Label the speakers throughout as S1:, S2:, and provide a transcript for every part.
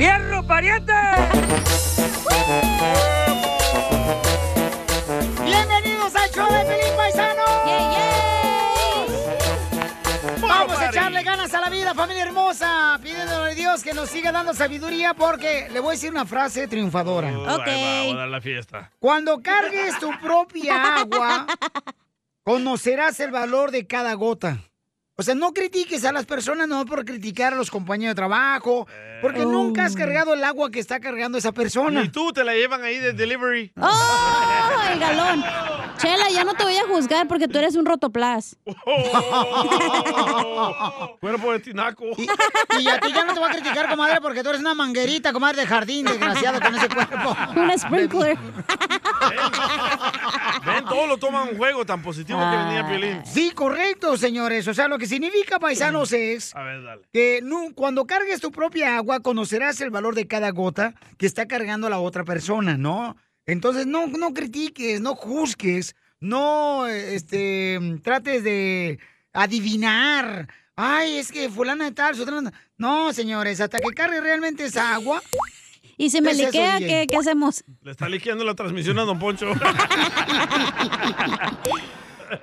S1: ¡Fierro, pariente!
S2: ¡Bienvenidos al show de Pelín Paisano! Vamos a echarle ganas a la vida, familia hermosa. Pidiéndole a Dios que nos siga dando sabiduría porque le voy a decir una frase triunfadora.
S3: Ok. Vamos a dar la fiesta.
S2: Cuando cargues tu propia agua, conocerás el valor de cada gota. O sea, no critiques a las personas, no por criticar a los compañeros de trabajo, porque nunca has cargado el agua que está cargando esa persona.
S3: Y tú te la llevan ahí de delivery.
S4: ¡Oh, el galón! Chela, ya no te voy a juzgar porque tú eres un rotoplas.
S3: Oh. Cuerpo de tinaco.
S2: Y a ti ya no te voy a criticar, comadre, porque tú eres una manguerita, comadre, de jardín, desgraciado, con ese cuerpo.
S4: Una sprinkler.
S3: Ven, todo lo toman un juego tan positivo que
S2: Ah.
S3: venía Piolín.
S2: Sí, correcto, señores. O sea, lo que significa, paisanos, es
S3: A ver, dale.
S2: que nu- cuando cargues tu propia agua, conocerás el valor de cada gota que está cargando la otra persona, ¿no? Entonces, no, no critiques, no juzgues, no eh, este, trates de adivinar. Ay, es que fulana de tal, sotana de tal. No, señores, hasta que cargue realmente esa agua.
S4: Y se me
S2: ¿Qué es eso,
S4: liquea,
S2: DJ?
S4: ¿qué, qué hacemos?
S3: Le está liqueando la transmisión a Don Poncho.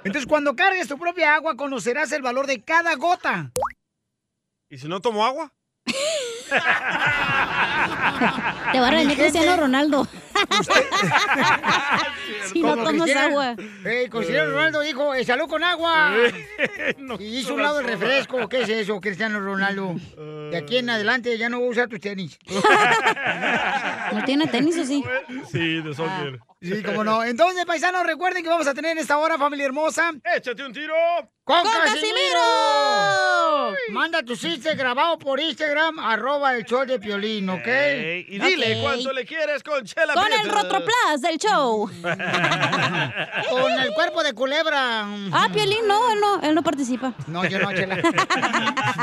S2: Entonces, cuando cargues tu propia agua, conocerás el valor de cada gota.
S3: ¿Y si no tomo agua?
S4: Te va a
S2: Mi
S4: rendir
S2: gente-
S4: Cristiano Ronaldo. si no
S2: Como
S4: tomas
S2: Cristiano-
S4: agua.
S2: Eh, Cristiano Ronaldo dijo, eh, salud con agua.
S3: No,
S2: Y hizo un lado el refresco. ¿Qué es eso, Cristiano Ronaldo? De aquí en adelante ya no voy a usar tus tenis.
S4: ¿No tiene tenis o sí?
S3: Sí, de soccer.
S2: Ah. Sí, cómo no. Entonces, paisanos, recuerden que vamos a tener en esta hora, familia hermosa,
S3: ¡Échate un tiro!
S2: con,
S4: ¡Con Casimiro!
S2: Manda tu chiste grabado por Instagram, arroba el show de Piolín, ¿ok?
S3: Ey, y dile
S4: Ok.
S3: cuánto le quieres con Chela
S4: Con el
S3: Prieto.
S4: Rotoplas del show.
S2: Con el cuerpo de culebra.
S4: Ah, Piolín, no, él no, él no participa.
S2: No, yo no, chela.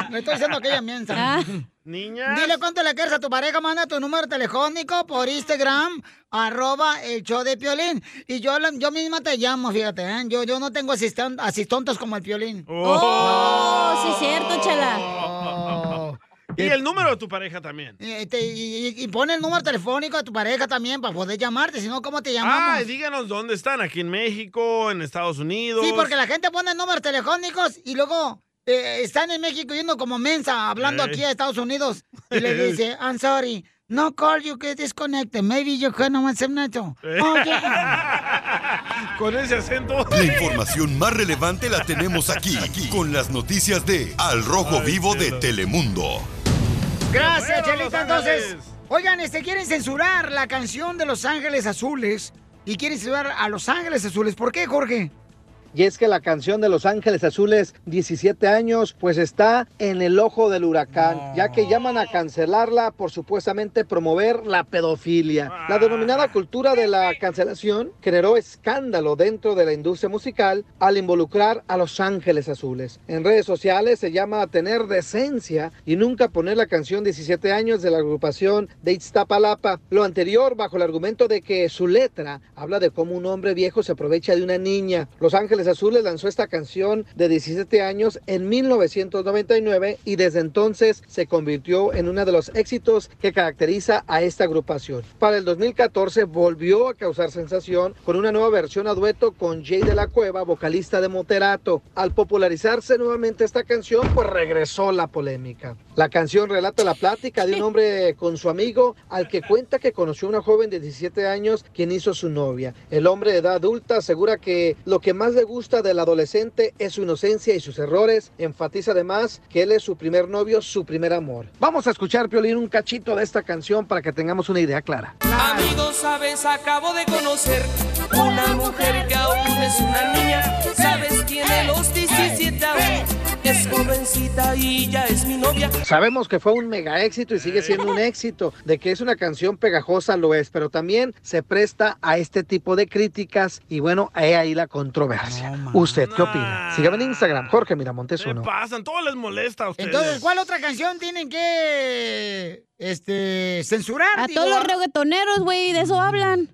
S2: Me estoy diciendo aquella mienza.
S4: Ah,
S3: Niña.
S2: Dile cuánto le quieres a tu pareja, manda tu número telefónico por Instagram, arroba el show de Piolín. Y yo, la- yo misma te llamo, fíjate, ¿eh? yo, yo no tengo asistan- asistontos como el Piolín.
S4: oh, sí, cierto, chela.
S2: Oh.
S3: Y el número de tu pareja también.
S2: Eh, te- y, y- y pon el número telefónico de tu pareja también para poder llamarte, si no, ¿cómo te
S3: Ah,
S2: llamamos?
S3: y díganos dónde están, aquí en México, en Estados Unidos.
S2: sí, porque la gente pone números telefónicos y luego eh, están en México yendo como mensa, hablando
S3: Ey.
S2: aquí a Estados Unidos. Y le dice, I'm sorry, no call you get disconnected, maybe you can WhatsApp NATO. Oh, yeah.
S3: Con ese acento.
S5: La información más relevante la tenemos aquí, aquí, con las noticias de Al Rojo Vivo de Telemundo.
S2: Gracias,
S3: Bueno, Los
S2: Chelita. Entonces,
S3: Ángeles.
S2: oigan, este, quieren censurar la canción de Los Ángeles Azules y quieren censurar a Los Ángeles Azules. ¿Por qué, Jorge?
S6: Y es que la canción de Los Ángeles Azules, 17 años, pues está en el ojo del huracán, ya que llaman a cancelarla por supuestamente promover la pedofilia. La denominada cultura de la cancelación generó escándalo dentro de la industria musical al involucrar a Los Ángeles Azules. En redes sociales se llama a tener decencia y nunca poner la canción 17 años de la agrupación de Iztapalapa. Lo anterior bajo el argumento de que su letra habla de cómo un hombre viejo se aprovecha de una niña. Los Ángeles Azules lanzó esta canción de 17 años en 1999 y desde entonces se convirtió en uno de los éxitos que caracteriza a esta agrupación. Para el 2014 volvió a causar sensación con una nueva versión a dueto con Jay de la Cueva, vocalista de Moterato. Al popularizarse nuevamente esta canción, pues regresó la polémica. La canción relata la plática de un hombre con su amigo al que cuenta que conoció a una joven de 17 años quien hizo su novia. El hombre de edad adulta asegura que lo que más le gusta del adolescente es su inocencia y sus errores. Enfatiza además que él es su primer novio, su primer amor. Vamos a escuchar, Piolín, un cachito de esta canción para que tengamos una idea clara.
S7: Amigo, sabes, acabo de conocer una mujer que aún es una niña. Sabes, tiene los 17 aún. Es jovencita y ya es mi novia.
S6: Sabemos que fue un mega éxito y sigue siendo un éxito, de que es una canción pegajosa lo es, pero también se presta a este tipo de críticas y bueno, he ahí la controversia.
S2: No, man.
S6: ¿Usted qué opina? Sígame en Instagram, Jorge Miramontes
S3: Se
S6: uno.
S3: pasan, todo les molesta a ustedes.
S2: Entonces, ¿cuál otra canción tienen que este, censurar?
S4: A
S2: Digo,
S4: todos los reggaetoneros, güey, de eso hablan.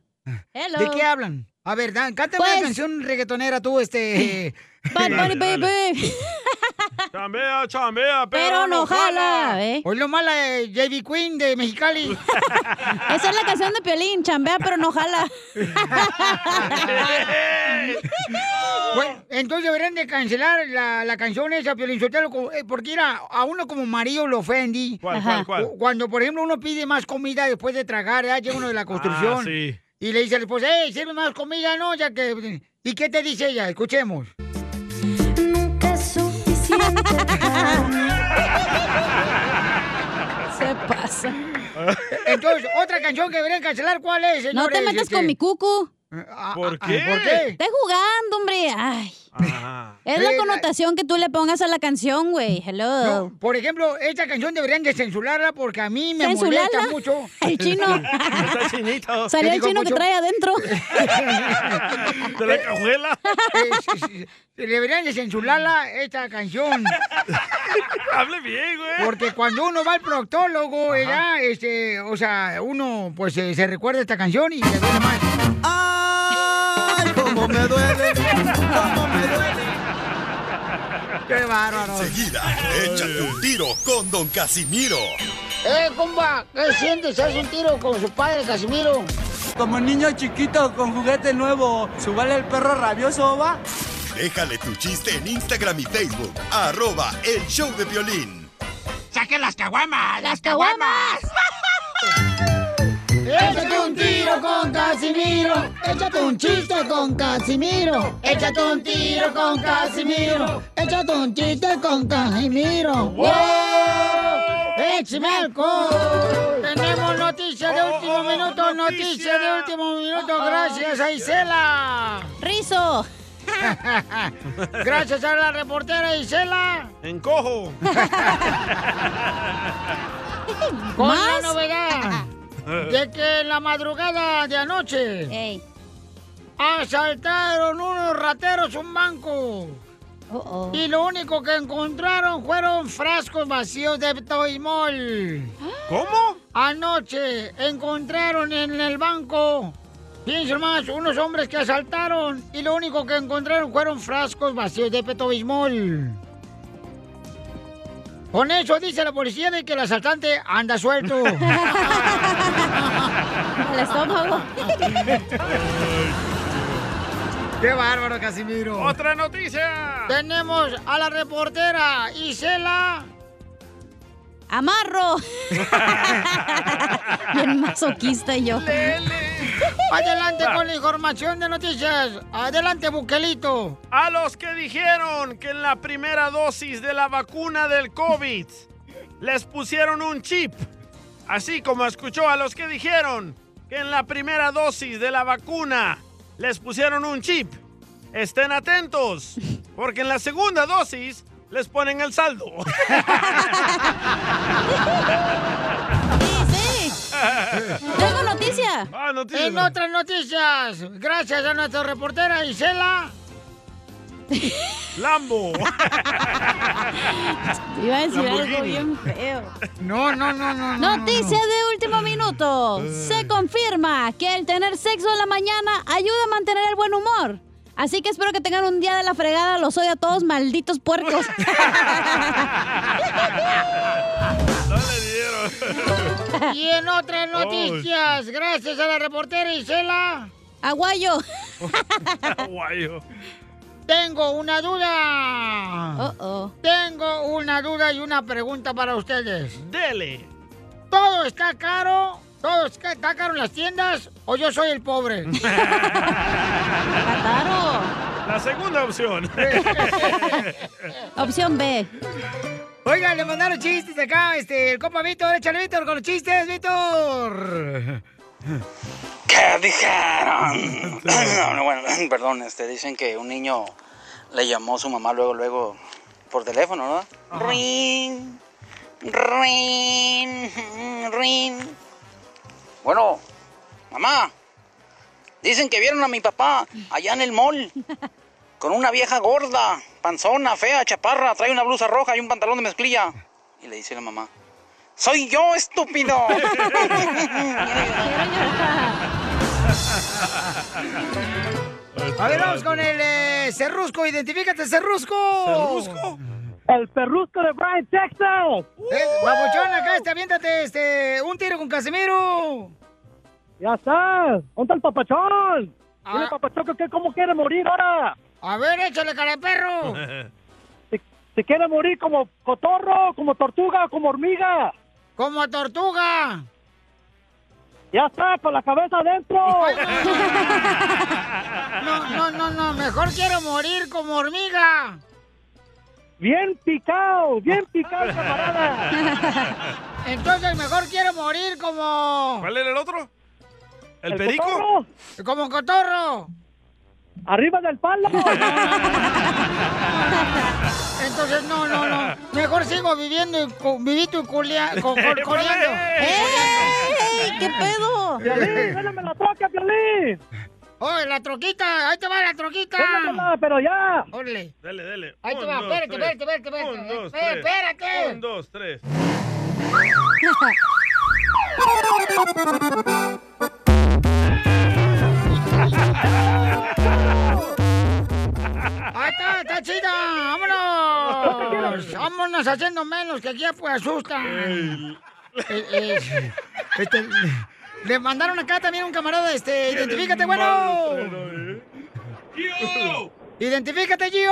S4: Hello.
S2: ¿De qué hablan? A ver, Dan, cántame
S4: Pues-
S2: una canción reggaetonera tú, este...
S4: Bad Bunny,
S3: Dale, dale.
S4: baby.
S3: Chambea, chambea, pero,
S4: Pero no jala, ¿eh?
S2: Hoy lo mala de JB Queen de Mexicali.
S4: Esa es la canción de Piolín, chambea pero no jala.
S2: Bueno, entonces deberían de cancelar la, la canción esa, Piolín Sotelo, co- eh, porque era a uno como marido lo ofendí.
S3: ¿Cuál, cuál, cuál?
S2: Cu- Cuando, por ejemplo, uno pide más comida después de tragar, ya llega uno de la construcción.
S3: Ah, sí.
S2: Y le dice al esposo, hey, sirve más comida, ¿no? Ya que... ¿Y qué te dice ella? Escuchemos.
S1: Nunca es suficiente para
S4: Se pasa.
S2: Entonces, otra canción que deberían cancelar, ¿cuál es,
S4: No
S2: señores?
S4: te metas
S2: Este,
S4: con mi cucu.
S2: ah,
S3: ¿Por
S2: ah,
S3: qué?
S2: ¿Por qué?
S4: Estoy jugando, hombre. Ay.
S3: Ajá.
S4: Es
S2: Sí,
S4: la
S2: la-
S4: connotación que tú le pongas a la canción, güey. Hello.
S2: No, por ejemplo, esta canción deberían de censurarla porque a mí me molesta
S4: ¿Censurarla?
S2: mucho.
S4: El chino.
S3: Está chinito.
S4: Salió
S2: ¿Qué
S4: el
S2: dijo
S4: chino que
S2: Poncho?
S4: trae adentro.
S3: De la cajuela.
S2: Eh, sí, sí, sí, deberían de censurarla esta canción.
S3: Hable bien, güey.
S2: Porque cuando uno va al proctólogo, ¿verdad? Este, o sea, uno pues eh, se recuerda esta canción y le duele más.
S8: ¡Ay, cómo me duele! ¡Cómo me duele!
S2: ¡Qué bárbaro!
S5: Seguida, échate un tiro con Don Casimiro.
S2: ¡Eh, comba! ¿Qué sientes? ¿Haz un tiro con su padre, Casimiro?
S8: Como niño chiquito con juguete nuevo, ¿subale el perro rabioso, va?
S5: Déjale tu chiste en Instagram y Facebook. Arroba el show de violín.
S2: ¡Saquen las caguamas!
S4: ¡Las caguamas!
S2: ¡Échate un tiro con Casimiro! ¡Échate un chiste con Casimiro! ¡Échate un tiro con Casimiro! ¡Échate un chiste con Casimiro! ¡Wow! ¡Échame alcohol! Tenemos noticias de
S3: Oh,
S2: último
S3: oh,
S2: minuto,
S3: noticia. Oh,
S2: noticias de último minuto, gracias a Isela.
S4: Rizo.
S2: Gracias a la reportera Isela.
S3: Encojo.
S2: Con
S4: ¿Más?
S2: la novedad de que en la madrugada de anoche.
S4: Ey.
S2: Asaltaron unos rateros un banco.
S4: Oh, oh.
S2: Y lo único que encontraron fueron frascos vacíos de Toimol.
S3: ¿Cómo?
S2: Anoche encontraron en el banco, pienso más, unos hombres que asaltaron y lo único que encontraron fueron frascos vacíos de Petobismol. Con eso dice la policía de que el asaltante anda suelto.
S4: El estómago.
S2: ¡Qué bárbaro, Casimiro!
S3: ¡Otra noticia!
S2: Tenemos a la reportera Isela.
S4: Amarro. Bien masoquista yo.
S2: Adelante con la información de noticias. Adelante, Buquelito.
S3: A los que dijeron que en la primera dosis de la vacuna del COVID les pusieron un chip. Así como escuchó a los que dijeron que en la primera dosis de la vacuna les pusieron un chip. Estén atentos, porque en la segunda dosis les ponen el saldo.
S4: Sí, sí. Tengo noticia.
S3: Ah, no tiene-
S2: En otras noticias, gracias a nuestra reportera Isela.
S3: Lambo.
S4: Iba a decir algo
S3: Lamborghini.
S4: bien feo.
S2: No, no, no, no. no,
S4: Noticia de último minuto. Se confirma que el tener sexo en la mañana ayuda a mantener el buen humor. Así que espero que tengan un día de la fregada. Los odio a todos, malditos puercos.
S3: No le dieron.
S2: no. Y en otras noticias, gracias a la reportera Isela.
S4: Aguayo.
S3: Guayo.
S2: Tengo una duda.
S4: Oh, oh.
S2: Tengo una duda y una pregunta para ustedes.
S3: Dele.
S2: ¿Todo está caro? ¿Todo está está caro en las tiendas? ¿O yo soy el pobre?
S4: Cataro.
S3: La segunda opción.
S4: Opción B.
S2: Oiga, le mandaron chistes acá, este, el compa Víctor, échale Víctor con los chistes, Víctor.
S9: ¿Qué Eh, dijeron? No, no, bueno, perdón, este, dicen que un niño le llamó a su mamá luego, luego, por teléfono, ¿no? Rin, rin, rin. Bueno, mamá, dicen que vieron a mi papá allá en el mall con una vieja gorda, panzona, fea, chaparra, trae una blusa roja y un pantalón de mezclilla. Y le dice la mamá, soy yo, estúpido.
S4: Quiero llorar.
S2: A ver, vamos con el eh, Cerrusco, identifícate, Cerrusco.
S3: ¿Cerrusco?
S7: El perrusco de Brian Texas.
S2: Eh, Babuchón, acá está, aviéntate este, un tiro con Casimiro.
S7: Ya está. ¿Dónde está el papachón?
S2: Ah.
S7: Dile, papachón, que- que ¿cómo quiere morir ahora?
S2: A ver, échale cara de perro.
S7: ¿Se quiere morir como cotorro, como tortuga o como hormiga?
S2: ¡Como tortuga!
S7: Ya está, con la cabeza adentro.
S2: No, no, no, no, mejor quiero morir como hormiga.
S7: bien picado, bien picado, camarada.
S2: Entonces mejor quiero morir como...
S3: ¿Cuál era el otro? ¿El,
S7: ¿El
S3: perico?
S7: cotorro?
S2: Como cotorro.
S7: Arriba del palo.
S2: Entonces no, no, no. Mejor sigo viviendo y cu- vivito y culia, co-
S7: ¡Vale!
S2: cor- coreando.
S7: ¡Ey!
S2: ¡Qué pedo!
S7: Piolín, déjame la troca, Piolín.
S2: ¡Oh, la troquita! ¡Ahí te va la troquita! Ah.
S7: Déjamela, pero ya.
S2: Órale.
S3: Dale, dale.
S2: Ahí te
S3: Un,
S2: va,
S3: dos,
S2: espérate,
S3: tres.
S2: espérate, espérate, espérate.
S3: Un, dos,
S2: Eh,
S3: tres.
S2: espérate.
S3: Un, dos, tres.
S2: ¡Ahí está, está chida! ¡Vámonos! ¡Vámonos haciendo menos, que aquí ya pues asustan! Eh, eh, este, le mandaron acá también un camarada, este, identifícate, bueno.
S3: ¿eh?
S2: Identifícate, Gio.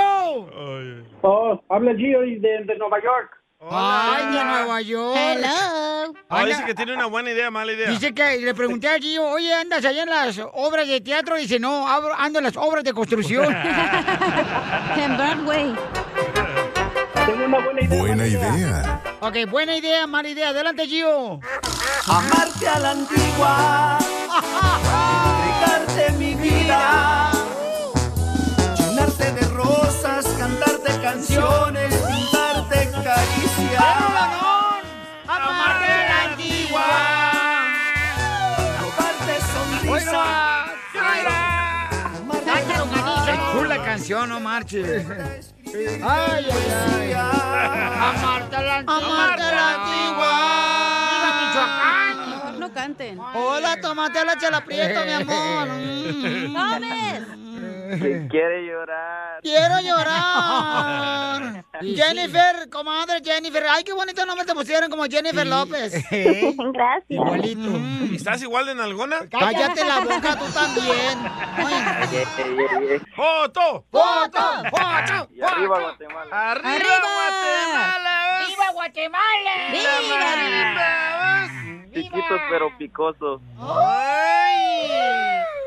S10: Oh, habla Gio y de, de Nueva York.
S2: Ay, de Nueva York.
S4: Hello.
S3: Ah, dice que tiene una buena idea, mala idea.
S2: Dice que le pregunté a Gio, oye, ¿andas allá en las obras de teatro? Dice, no, abro- ando en las obras de construcción. en Broadway.
S10: Tengo una buena idea.
S5: Buena idea.
S2: Ok, buena idea, mala idea. Adelante, Gio.
S6: Amarte a la antigua, entregarte mi vida, llenarte de rosas, cantarte canciones, pintarte caricias.
S2: Amarte a la antigua,
S6: robarte sonrisas,
S2: Qué chula canción, no marches. Ay, ay, ay. Amarte a la antigua.
S4: Amarte a la
S2: antigua. Viva Michoacán.
S4: No canten.
S2: Hola, tomate la chela prieto, mi amor. Mm.
S4: ¡Tomes!
S10: Quiere llorar.
S2: Quiero llorar. Jennifer, comadre Jennifer. Ay, qué bonito nombre te pusieron como Jennifer López.
S10: Gracias.
S2: Igualito.
S3: ¿Estás igual de nalgona?
S2: Cállate la boca tú también.
S3: ¡Foto!
S2: ¡Foto! ¡Oh! ¡Foto!
S10: Y arriba Guatemala.
S3: ¡Arriba,
S2: Guatemala! ¡Viva Guatemala!
S10: Chiquitos pero picosos.
S2: ¡Ay!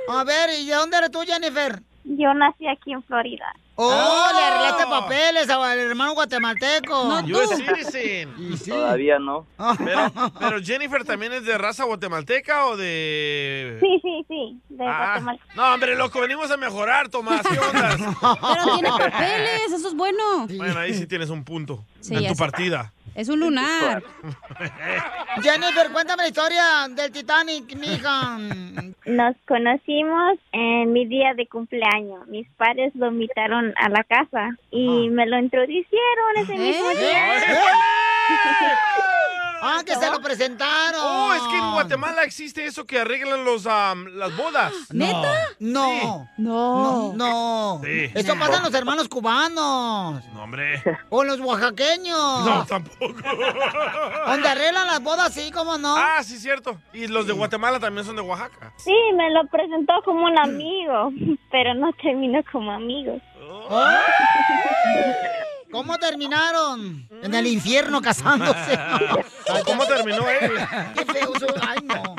S2: A ver, ¿y de dónde eres tú, Jennifer?
S11: Yo nací aquí en Florida.
S2: ¡Oh!
S10: Oh.
S2: Le arreglaste papeles al hermano guatemalteco.
S3: Ah. No, tú. US citizen.
S2: Y sí.
S10: Todavía no.
S3: Pero, pero Jennifer también es de raza guatemalteca o de.
S11: Sí, sí, sí, de
S3: Ah,
S11: Guatemala.
S3: no, hombre, loco, venimos a mejorar, Tomás. ¿Qué onda?
S4: Pero tiene papeles, eso es bueno.
S3: Bueno, ahí sí tienes un punto
S4: Sí,
S3: en tu
S4: eso.
S3: partida.
S4: Es un lunar.
S2: Jennifer, cuéntame la historia del Titanic, mija.
S11: Nos conocimos en mi día de cumpleaños. Mis padres lo invitaron a la casa y me lo introducieron
S2: ¿Eh?
S11: ese mismo día.
S2: ¡Ah, que se lo presentaron!
S3: Oh, es que en Guatemala existe eso que arreglan los, am, las bodas.
S2: ¿Neta? No. No. No.
S3: Sí.
S2: Esto pasa en los hermanos cubanos.
S3: No, hombre.
S2: O en los oaxaqueños.
S3: No, tampoco.
S2: Donde arreglan las bodas, sí, cómo no.
S3: Ah, sí, cierto. Y los de Guatemala también son de Oaxaca.
S11: Sí, me lo presentó como un amigo, pero no terminó como amigos.
S2: ¿Oh? ¿Cómo terminaron? En el infierno casándose.
S3: ¿Cómo terminó él?
S2: Qué feo, eso- ay, no.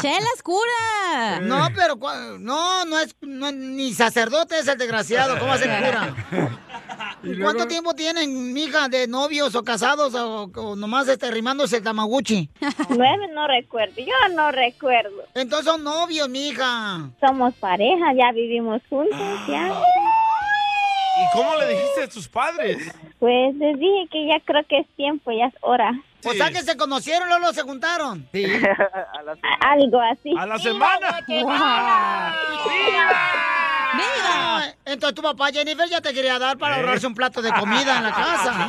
S4: ¡Chelas cura!
S2: No, pero cua- no, no es no, ni sacerdote es el desgraciado, ¿cómo hacen cura? ¿Y
S4: luego?
S2: cuánto tiempo tienen, mija, de novios o casados o, o nomás este, rimándose el tamaguchi?
S11: Nueve no recuerdo, yo no recuerdo.
S2: Entonces son novios, mija. Ah.
S11: Somos pareja, ya vivimos juntos, ya.
S3: ¿Y cómo le dijiste a tus padres?
S11: Pues les dije que ya creo que es tiempo, ya es hora.
S2: O sea Pues que se conocieron, luego se juntaron. Sí.
S11: A- Algo así.
S3: A la semana.
S2: Mira,
S3: ¿Eh?
S2: entonces tu papá Jennifer ya te quería dar para ahorrarse un plato de comida en la casa.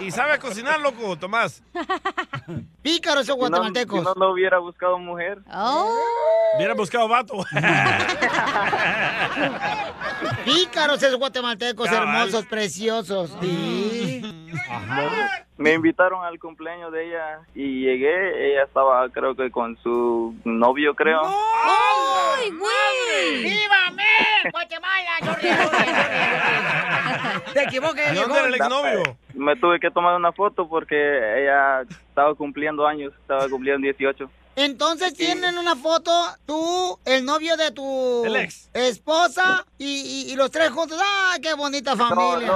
S3: Y sabe cocinar, loco, Tomás.
S2: Pícaros esos
S10: Si no-
S2: guatemaltecos. Oh.
S10: Si no, no hubiera buscado mujer.
S3: Hubiera buscado vato.
S2: Pícaros esos guatemaltecos
S10: Cabal.
S2: hermosos, preciosos. Sí.
S10: Me invitaron al cumpleaños de ella y llegué. Ella estaba, creo que con su novio, creo.
S2: ¡Ay,
S1: güey!
S2: ¡Viva Guatemala, Te equivocas,
S1: viejo. ¿Dónde era el exnovio?
S10: Me tuve que tomar una foto porque ella estaba cumpliendo años, estaba cumpliendo 18.
S2: Entonces tienen una foto, tú, el novio de tu
S10: El ex.
S2: esposa y, y- y los tres juntos. ¡Ah, qué bonita familia!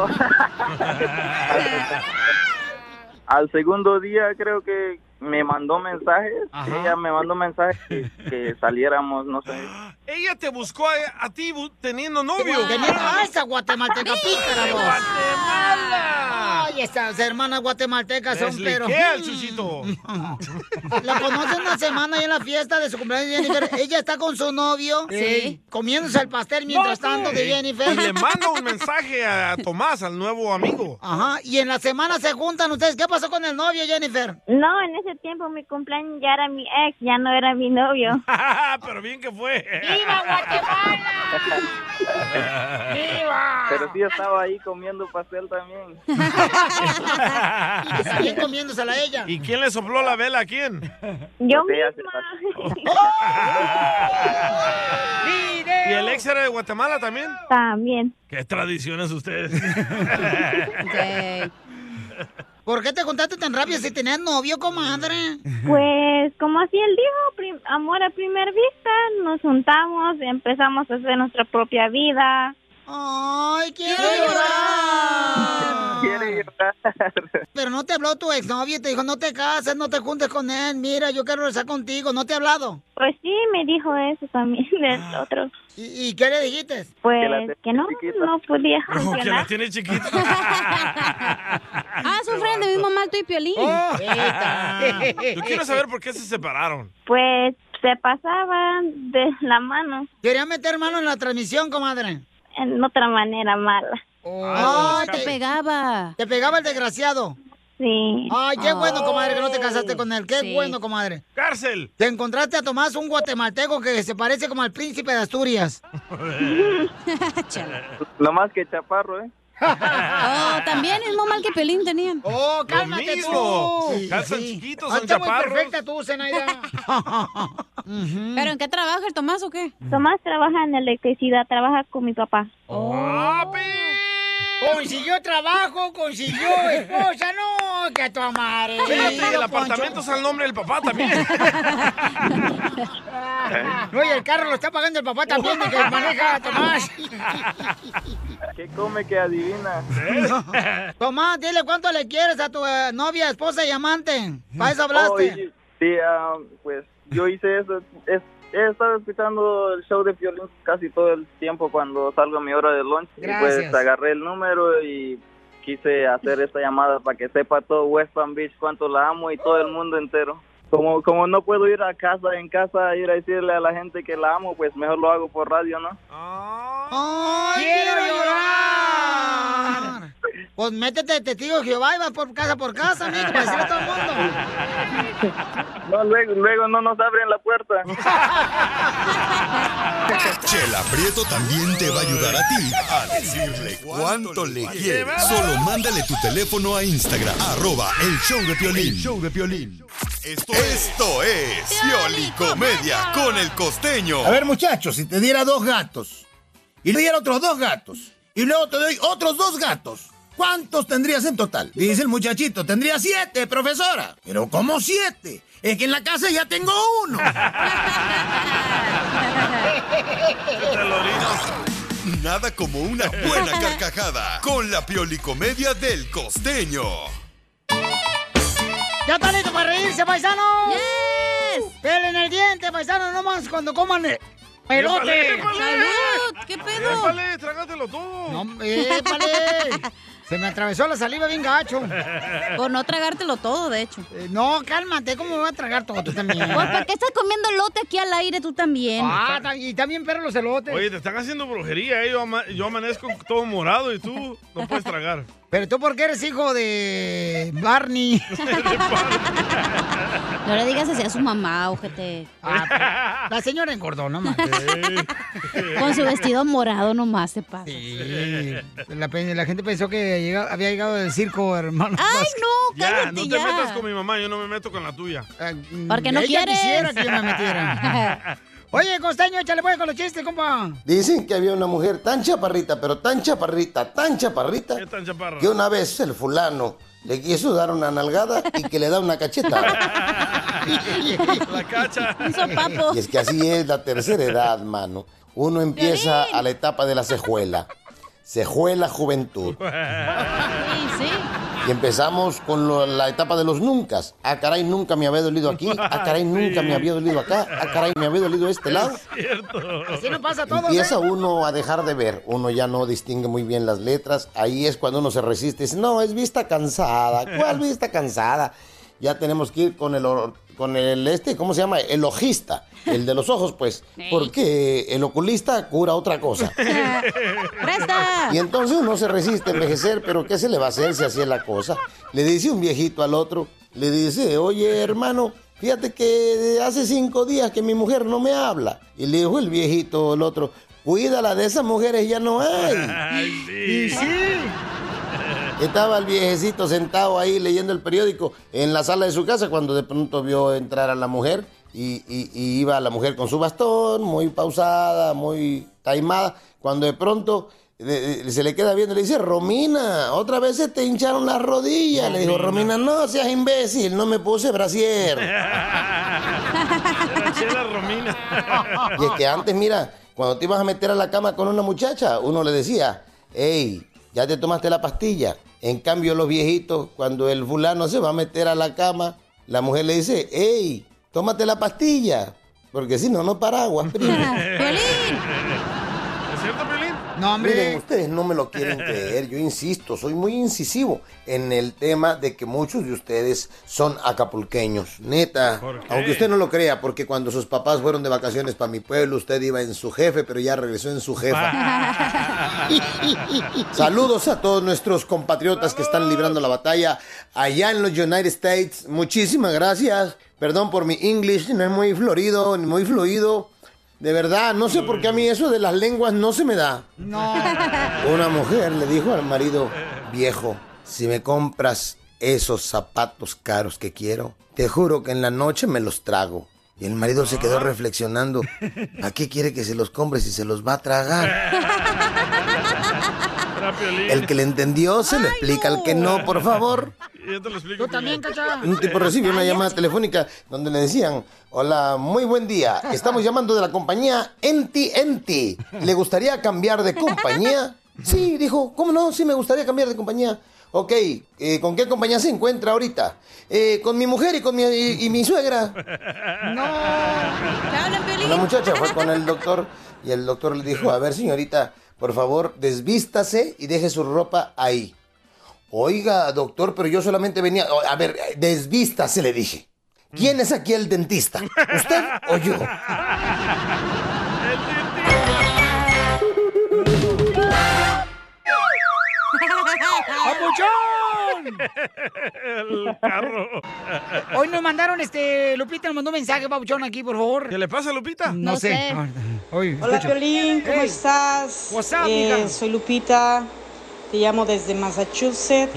S10: Al segundo día creo que me mandó mensajes, ella me mandó mensajes que, que saliéramos, no sé.
S3: Ella te buscó a, a ti bu- teniendo novio. Ah,
S2: Teniendo a esa guatemalteca pícara, vos.
S3: ¡Guatemala!
S2: Ay, esas hermanas guatemaltecas son,
S3: Les
S2: pero... Hmm.
S3: liquea el chuchito.
S2: La conoce una semana y en la fiesta de su cumpleaños de Jennifer. Ella está con su novio,
S3: Sí.
S2: comiéndose el pastel mientras tanto de Jennifer.
S3: Y le manda un mensaje a Tomás, al nuevo amigo.
S2: Ajá, Ah, y en la semana se juntan ustedes. ¿Qué pasó con el novio, Jennifer?
S12: No, en ese tiempo mi cumpleaños ya era mi ex, ya no era mi novio.
S3: Ah, pero bien que fue.
S12: ¡Viva
S1: Guatemala! ¡Viva!
S10: Pero sí estaba ahí comiendo pastel también.
S2: Bien comiéndosela a ella.
S3: ¿Y quién le sopló la vela a quién?
S12: Yo
S3: ¿Y el ex era de Guatemala también?
S12: También.
S3: ¿Qué tradiciones ustedes?
S2: ¿Por qué te juntaste tan rápido si tenías novio, comadre?
S12: Pues como así él dijo, prim- amor a primera vista, nos juntamos, empezamos a hacer nuestra propia vida.
S2: ¡Ay, quiero llorar! Pero no te habló tu exnovio y te dijo, no te cases, no te juntes con él, mira, yo quiero regresar contigo, ¿no te ha hablado?
S12: Pues sí, me dijo eso también del
S2: Ah.
S12: otro.
S2: ¿Y, y qué le dijiste?
S12: Pues que no, no podía
S3: No, que la
S12: funcionar.
S3: tiene chiquita.
S4: Ah, sufren del mismo mal tú y Piolín.
S2: Oh.
S3: Yo quiero saber por qué se separaron.
S12: Pues se pasaban de la mano.
S2: Quería meter mano en la transmisión, comadre.
S12: En otra manera mala.
S2: Ah,
S12: te
S4: pegaba.
S2: Te pegaba el desgraciado.
S12: Sí.
S2: Ay, qué bueno,
S12: Oh.
S2: comadre, que no te casaste con él. Qué
S12: Sí.
S2: bueno, comadre.
S3: ¡Cárcel!
S2: Te encontraste a Tomás, un guatemalteco que se parece como al príncipe de Asturias.
S10: No más que chaparro, ¿eh?
S4: Oh, también el mismo mal que Piolín tenían.
S2: Oh,
S3: cálmate mismo. tú. Calzan chiquitos,
S2: Ah,
S3: son
S4: Hazte muy
S3: chaparros.
S4: perfecta
S2: tú, Zenaida.
S4: ¿Pero en qué trabaja el Tomás o qué?
S12: Tomás trabaja en electricidad, trabaja con mi papá.
S2: Consiguió trabajo, consiguió esposa, no, que a tu amaré.
S3: Fíjate, el apartamento es al nombre del papá también.
S2: No, y el carro lo está pagando el papá también, de que maneja Tomás.
S10: ¿Qué come que adivina?
S2: ¿Eh? Tomás, dile cuánto le quieres a tu eh, novia, esposa y amante. Para eso hablaste.
S10: Oye, sí, ah, pues yo hice eso. Es, he estado escuchando el show de violín casi todo el tiempo cuando salgo a mi hora de lunch. Y
S2: Gracias.
S10: pues agarré el número y quise hacer esta llamada para que sepa todo West Palm Beach cuánto la amo y todo el mundo entero. Como, como no puedo ir a casa, en casa, ir a decirle a la gente que la amo, pues mejor lo hago por radio, ¿no?
S2: ¡Ay, quiero llorar! Pues métete de testigo de Jehová y vas por casa por casa, amigo, para decirle a pues, todo el mundo.
S10: No, luego, luego no nos abren la puerta.
S5: Chela Prieto también te va a ayudar a ti a decirle cuánto le quieres. Solo mándale tu teléfono a Instagram, arroba el show de Piolín. show de Piolín. Esto, esto es Piolicomedia con el costeño.
S13: A ver, muchachos, si te diera dos gatos y le diera otros dos gatos y luego te doy otros dos gatos, ¿cuántos tendrías en total? Dice el muchachito, tendría siete, profesora. Pero ¿cómo siete? Es que en la casa ya tengo uno.
S5: Nada como una buena carcajada con la Piolicomedia del costeño.
S2: ¿Ya está listo para reírse, paisano? ¡Yes! en el diente, paisano, nomás cuando coman eh, elote.
S3: ¡Épale!
S2: ¡Salud! ¿Qué
S3: Épale, trágatelo todo!
S2: No, épale. Se me atravesó la saliva bien gacho. Eh,
S4: Por no tragártelo todo, de hecho.
S2: no, cálmate, ¿cómo me voy a tragar todo tú también?
S4: Pues, ¿para qué estás comiendo lote aquí al aire tú también?
S2: Ah, ta- y también perro los elotes.
S3: Oye, te están haciendo brujería, eh. yo, ama- yo amanezco todo morado y tú no puedes tragar.
S2: Pero tú porque eres hijo de Barney.
S4: No le digas así a su mamá, ojete.
S2: Ah, La señora engordó, no más.
S4: Con su vestido morado nomás se pasa.
S2: La, pe- la gente pensó que llega- había llegado del circo, hermano.
S4: ¡Ay, no!
S3: Ya, no te metas con mi mamá, yo no me meto con la tuya.
S2: Porque no Ah, ella quieres. quisiera que yo me metiera. Oye, Costeño, échale pues con los chistes, compa.
S14: Dicen que había una mujer tan chaparrita, pero tan chaparrita, tan chaparrita,
S3: ¿Qué tan chaparra?
S14: que una vez el fulano le quiso dar una nalgada y que le da una cachetada.
S3: La cacha.
S14: Y es que así es la tercera edad, mano. Uno empieza a la etapa de la cejuela. Cejuela juventud.
S4: Sí, sí.
S14: Y empezamos con lo- la etapa de los nunca. Ah, caray, nunca me había dolido aquí. Ah, caray, nunca me había dolido acá. Ah, caray, me había dolido este lado.
S3: Cierto.
S2: Así nos pasa a todos,
S14: Empieza
S2: ¿eh?
S14: uno a dejar de ver, uno ya no distingue muy bien las letras, ahí es cuando uno se resiste, dice, no, es vista cansada, ¿cuál vista cansada? Ya tenemos que ir con el, or- con el este, ¿cómo se llama? El ojista, el de los ojos, pues,
S4: Ey.
S14: porque el oculista cura otra cosa.
S4: ¡Presta!
S14: Y entonces uno se resiste a envejecer, pero ¿qué se le va a hacer si así es la cosa? Le dice un viejito al otro, le dice, oye hermano, fíjate que hace cinco días que mi mujer no me habla. Y le dijo el viejito al otro, cuídala de esas mujeres, ya no hay.
S1: Ay,
S14: Y sí. Estaba el viejecito sentado ahí leyendo el periódico en la sala de su casa cuando de pronto vio entrar a la mujer y, y- y iba la mujer con su bastón, muy pausada, muy taimada. Cuando de pronto de- de- se le queda viendo y le dice, Romina, otra vez se te hincharon las rodillas. Le dijo, Romina, no seas imbécil, no me puse brasier.
S3: Era Chela Romina.
S14: Y es que antes, mira, cuando te ibas a meter a la cama con una muchacha, uno le decía, hey, ya te tomaste la pastilla. En cambio, los viejitos, cuando el fulano se va a meter a la cama, la mujer le dice, hey, tómate la pastilla. Porque si no, no paraguas, primo.
S3: ¿Es cierto, Piolín?
S2: No,
S14: Miren, ustedes no me lo quieren creer, yo insisto, soy muy incisivo en el tema de que muchos de ustedes son acapulqueños, neta. Aunque usted no lo crea, porque cuando sus papás fueron de vacaciones para mi pueblo, usted iba en su jefe, pero ya regresó en su jefa. Saludos a todos nuestros compatriotas que están librando la batalla allá en los United States. Muchísimas gracias. Perdón por mi English, no es muy florido, ni muy fluido. De verdad, no sé por qué a mí eso de las lenguas no se me da. Una mujer le dijo al marido, viejo, si me compras esos zapatos caros que quiero, te juro que en la noche me los trago. Y el marido se quedó reflexionando, ¿a qué quiere que se los compre si se los va a tragar?
S3: Era Piolín.
S14: El que le entendió se lo explica, al que no, por favor.
S3: Yo te lo explico. Tú
S2: también, cacha.
S14: Un tipo recibió una llamada telefónica donde le decían, hola, muy buen día, estamos llamando de la compañía Enti Enti. ¿Le gustaría cambiar de compañía? Sí, dijo, ¿cómo no? Sí, me gustaría cambiar de compañía. Ok, eh, ¿con qué compañía se encuentra ahorita? "Eh, con mi mujer y con mi, y- y mi suegra. La muchacha fue con el doctor y el doctor le dijo, a ver señorita, por favor, desvístase y deje su ropa ahí. Oiga, doctor, pero yo solamente venía... o- A ver, desvístase, le dije. ¿Quién es aquí el dentista? ¿Usted o yo?
S2: ¡Papuchón!
S3: El carro.
S2: Hoy nos mandaron, este, Lupita nos mandó un mensaje, Papuchón, aquí, por favor. ¿Qué
S3: le pasa, Lupita?
S2: No,
S15: No
S2: sé.
S15: sé.
S2: Oye,
S15: Hola
S2: escucha.
S15: Violín, ¿cómo
S2: Hey.
S15: estás?
S2: What's up,
S15: Eh,
S2: mija?
S15: soy Lupita, te llamo desde Massachusetts,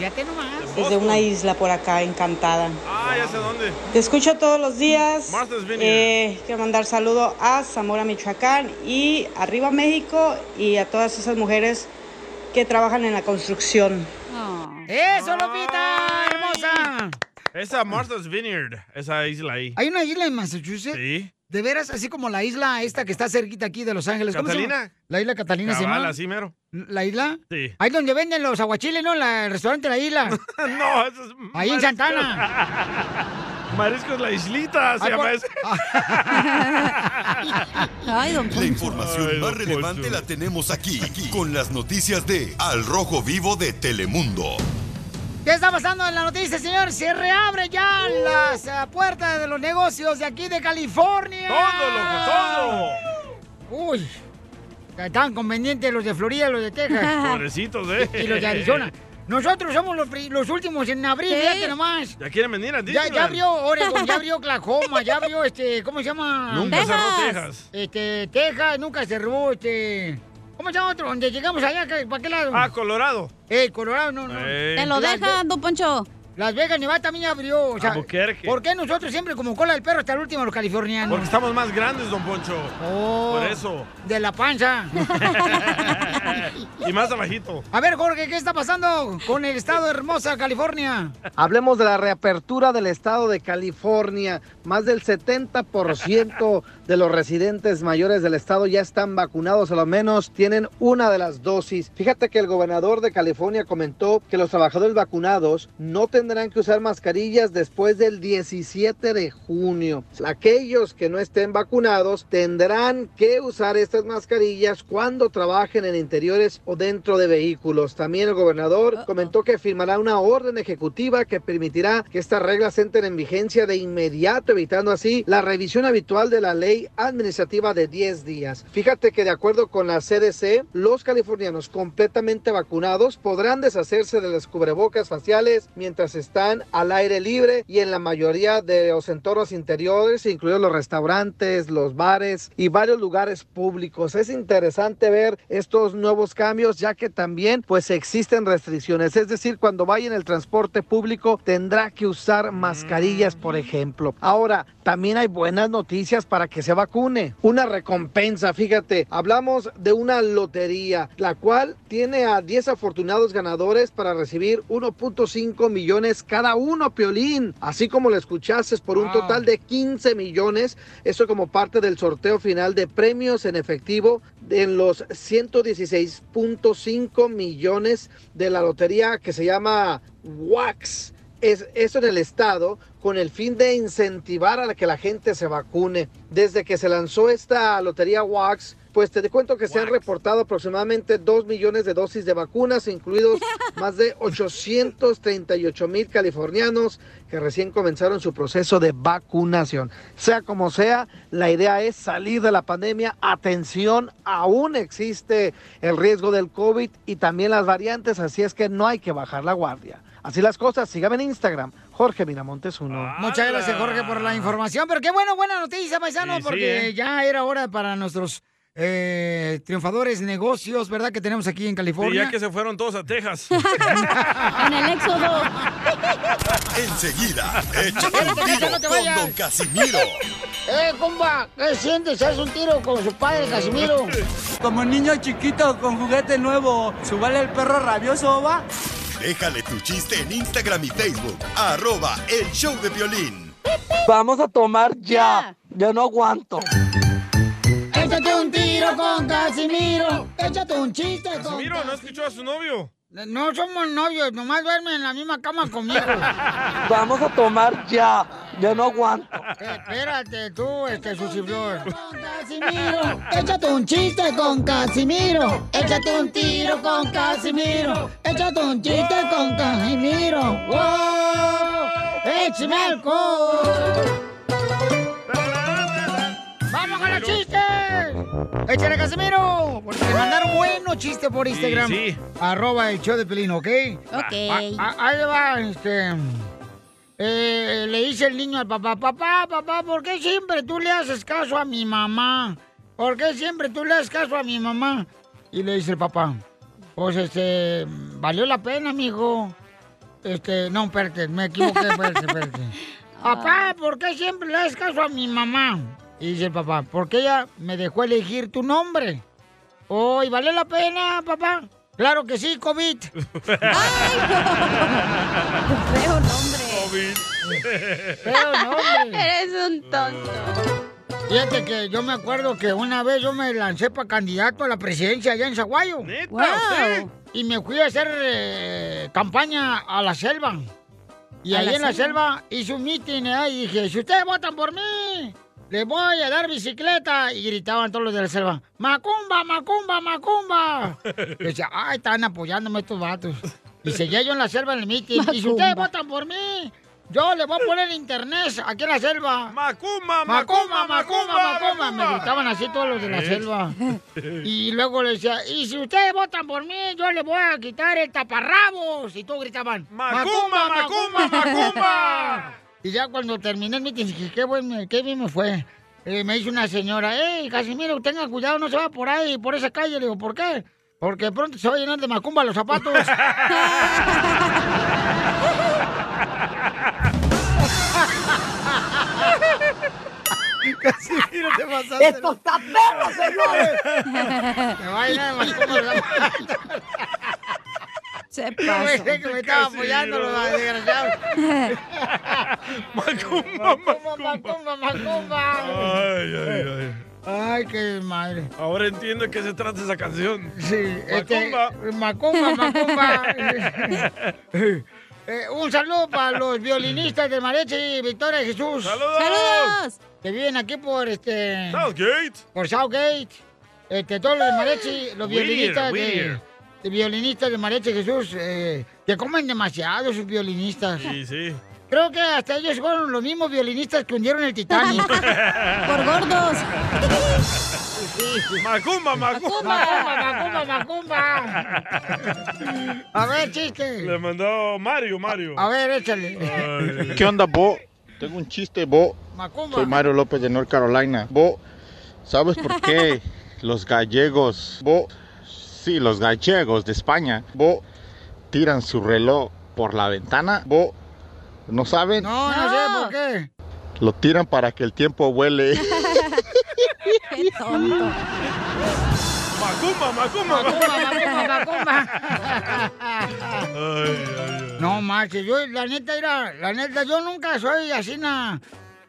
S15: desde una isla por acá, encantada.
S3: Ah, ya sé dónde.
S15: Te escucho todos los días.
S3: Martha's Vineyard.
S15: Eh, quiero mandar saludos a Zamora, Michoacán y arriba México y a todas esas mujeres que trabajan en la construcción.
S2: ¡Eso, Lupita! ¡Hermosa!
S3: Esa Martha's Vineyard, esa isla ahí.
S2: ¿Hay una isla en Massachusetts?
S3: Sí.
S2: De veras, así como la isla esta que está cerquita aquí de Los Ángeles. ¿Cómo se llama?
S3: ¿Catalina?
S2: La isla Catalina se
S3: Cabal,
S2: llama.
S3: así mero.
S2: ¿La isla?
S3: Sí.
S2: Ahí donde venden los aguachiles, ¿no? La, el restaurante La Isla.
S3: no, eso es...
S2: Ahí en Santana.
S3: Mariscos La Islita, se
S2: Ay,
S3: llama
S2: por-
S3: ese.
S5: La información más relevante la tenemos aquí, aquí, con las noticias de Al Rojo Vivo de Telemundo.
S2: ¿Qué está pasando en la noticia, señor? Se reabre ya las ah, puertas de los negocios de aquí de California.
S3: Todo, loco,
S2: todo. Uy, estaban convenientes los de Florida, los de Texas.
S3: Pobrecitos, eh.
S2: Y los de Arizona. Nosotros somos los, pri- los últimos en abrir,
S3: Sí.
S2: fíjate nomás.
S3: ¿Ya quieren venir a
S2: Ya,
S3: Disneyland?
S2: ya abrió Oregon, ya abrió Oklahoma, ya abrió este, ¿cómo se llama?
S3: Nunca cerró Texas. Texas.
S2: Este, Texas nunca cerró, este. ¿Cómo se llama otro? ¿Dónde llegamos allá? ¿Qué- ¿Para qué lado?
S3: Ah, Colorado.
S2: Eh, Colorado, no, no.
S3: Ey. Te lo
S2: dejan, don Poncho. Las Vegas, Nevada también abrió. O sea,
S3: Albuquerque.
S2: ¿Por qué nosotros siempre como cola del perro hasta el último los californianos?
S3: Porque estamos más grandes, don Poncho.
S2: Oh,
S3: Por eso.
S2: De la panza.
S3: Y más abajito.
S2: A ver, Jorge, ¿qué está pasando con el estado de hermosa California?
S6: Hablemos de la reapertura del estado de California. Más del 70% de los residentes mayores del estado ya están vacunados, a lo menos tienen una de las dosis. Fíjate que el gobernador de California comentó que los trabajadores vacunados no tendrán que usar mascarillas después del 17 de junio. Aquellos que no estén vacunados tendrán que usar estas mascarillas cuando trabajen en interiores o dentro de vehículos. También el gobernador comentó que firmará una orden ejecutiva que permitirá que estas reglas entren en vigencia de inmediato, evitando así la revisión habitual de la ley administrativa de 10 días. Fíjate que de acuerdo con la CDC, los californianos completamente vacunados podrán deshacerse de las cubrebocas faciales mientras están al aire libre y en la mayoría de los entornos interiores, incluidos los restaurantes, los bares y varios lugares públicos. Es interesante ver estos nuevos cambios ya que también pues existen restricciones, es decir, cuando vaya en el transporte público tendrá que usar mascarillas, por ejemplo. Ahora, también hay buenas noticias para que se vacune. Una recompensa, fíjate, hablamos de una lotería, la cual tiene a 10 afortunados ganadores para recibir 1.5 millones cada uno, Piolín, así como lo escuchaste, por un
S16: Wow.
S6: total de 15 millones, eso como parte del sorteo final de premios en efectivo en los 116.5 millones de la lotería que se llama WAX. Es, esto en el estado con el fin de incentivar a la que la gente se vacune. Desde que se lanzó esta lotería WAX, pues te cuento que se han reportado aproximadamente 2 millones de dosis de vacunas, incluidos más de 838 mil californianos que recién comenzaron su proceso de vacunación. Sea como sea, la idea es salir de la pandemia. Atención, aún existe el riesgo del COVID y también las variantes, así es que no hay que bajar la guardia. Así las cosas, sígame en Instagram, Jorge Miramontes uno.
S2: Muchas gracias, Jorge, por la información. Pero qué bueno, buena noticia, paisano,
S6: Sí, sí,
S2: porque
S6: ¿eh?
S2: ya era hora para nuestros eh, triunfadores negocios, ¿verdad? Que tenemos aquí en
S3: Y
S2: California.
S3: ya que se fueron todos a Texas.
S2: En el éxodo.
S5: Enseguida, échate un
S2: Espérate, que
S5: tiro
S2: no te
S5: con
S2: vayas.
S5: Don Casimiro.
S2: ¡Eh, comba! ¿Qué sientes? ¿Haz un tiro con su padre, Casimiro?
S8: Como niño chiquito con juguete nuevo, subale el perro rabioso, va.
S5: Déjale tu chiste en Instagram y Facebook. Arroba el show de violín.
S7: Vamos a tomar ya. Ya no aguanto.
S2: Échate un tiro con Casimiro. Échate un chiste con
S3: Casimiro, ¿no escuchó a su novio?
S2: No somos novios, nomás duermen en la misma cama conmigo.
S7: Vamos a tomar ya. Ya no aguanto.
S2: Eh, Espérate tú, este suciflor. Casimiro, échate un chiste con Casimiro. Échate un tiro con Casimiro. Échate un chiste con Casimiro. ¡Wow! ¡Échame alcohol! ¡Vamos con los chistes! ¡Échale, Casimiro! Porque te mandaron buenos chistes por Instagram.
S3: sí.
S2: Arroba el show de Pelín, ¿ok?
S4: Ok.
S2: A- a- ahí va, este... eh, le dice el niño al papá, papá, papá, ¿por qué siempre tú le haces caso a mi mamá? ¿Por qué siempre tú le haces caso a mi mamá? Y le dice el papá, pues este, valió la pena, mijo. Este, no, espérate, me equivoqué, espérate, espérate. Papá, ¿por qué siempre le haces caso a mi mamá? Y dice el papá, porque ella me dejó elegir tu nombre. Oh, ¿y valió la pena, papá? Claro que sí, COVID.
S4: Feo nombre.
S2: Feo nombre.
S4: Eres un tonto.
S2: Fíjate que yo me acuerdo que una vez yo me lancé para candidato a la presidencia allá en Zaguayo.
S4: usted?
S2: Y me fui a hacer eh, campaña a la selva. Y
S4: ¿A
S2: ahí
S4: la
S2: en la
S4: selva?
S2: selva hice un mitin ¿eh? y dije, si ustedes votan por mí, les voy a dar bicicleta. Y gritaban todos los de la selva, Macumba, Macumba, Macumba. Y decía, ay, están apoyándome estos vatos. Y seguía yo en la selva en el mitin. Y si
S4: Macumba.
S2: ustedes votan por mí, Yo le voy a poner internet aquí en la selva.
S3: Macumba,
S2: macumba, macumba,
S1: macumba.
S2: macumba. Me gritaban así todos los de la
S1: ¿Eh?
S2: selva. Y luego le decía, y si ustedes votan por mí, yo les voy a quitar el taparrabos. Y todos gritaban,
S1: Macumba, macumba, macumba.
S2: Y ya cuando terminé el mitin, dije, qué, buen, me- qué bien me fue. Eh, me dice una señora, hey, Casimiro, tenga cuidado, no se va por ahí, por esa calle. Le digo, ¿por qué? Porque pronto se va a llenar de macumba los zapatos. Casimiro, te pasaste. ¡Esto está perro, señores! Me va a llenar de macumba los zapatos.
S1: Se
S2: Yo pensé que me estaba apoyando los desgraciados.
S1: Macumba,
S2: macumba, macumba.
S3: Ay, ay, ay.
S2: Ay, qué madre.
S3: Ahora entiendo de qué se trata esa canción.
S2: Sí, este,
S3: Macumba.
S2: Macumba, macumba. Eh, un saludo para los violinistas de Mareche y Victoria y Jesús.
S1: ¡Saludos!
S2: ¡Saludos! Que viven aquí por este.
S3: Southgate.
S2: Por Southgate. Este, todos los de Mareche, los
S1: Whittier,
S2: violinistas de,
S1: Whittier.
S2: de Violinistas de Mareche y Jesús. eh, que comen demasiado sus violinistas.
S3: Sí, sí.
S2: Creo que hasta ellos fueron los mismos violinistas que hundieron el Titanic.
S3: Por
S2: gordos.
S3: Macumba, macumba.
S2: Macumba, macumba, macumba. A ver, chiste.
S3: Le mandó Oh, Mario, Mario.
S2: A ver, échale.
S16: ¿Qué onda, Bo? Tengo un chiste, Bo.
S2: Macumba.
S16: Soy Mario López de North Carolina. Bo, ¿sabes por qué los gallegos, Bo, sí, los gallegos de España, Bo, tiran su reloj por la ventana? Bo, ¿no saben?
S2: No, no sé por qué.
S16: Lo tiran para que el tiempo vuele.
S1: Qué tonto.
S3: Macumba, macumba,
S2: Macumba, macumba, macumba. No manches, yo la neta era, la neta, yo nunca soy así na,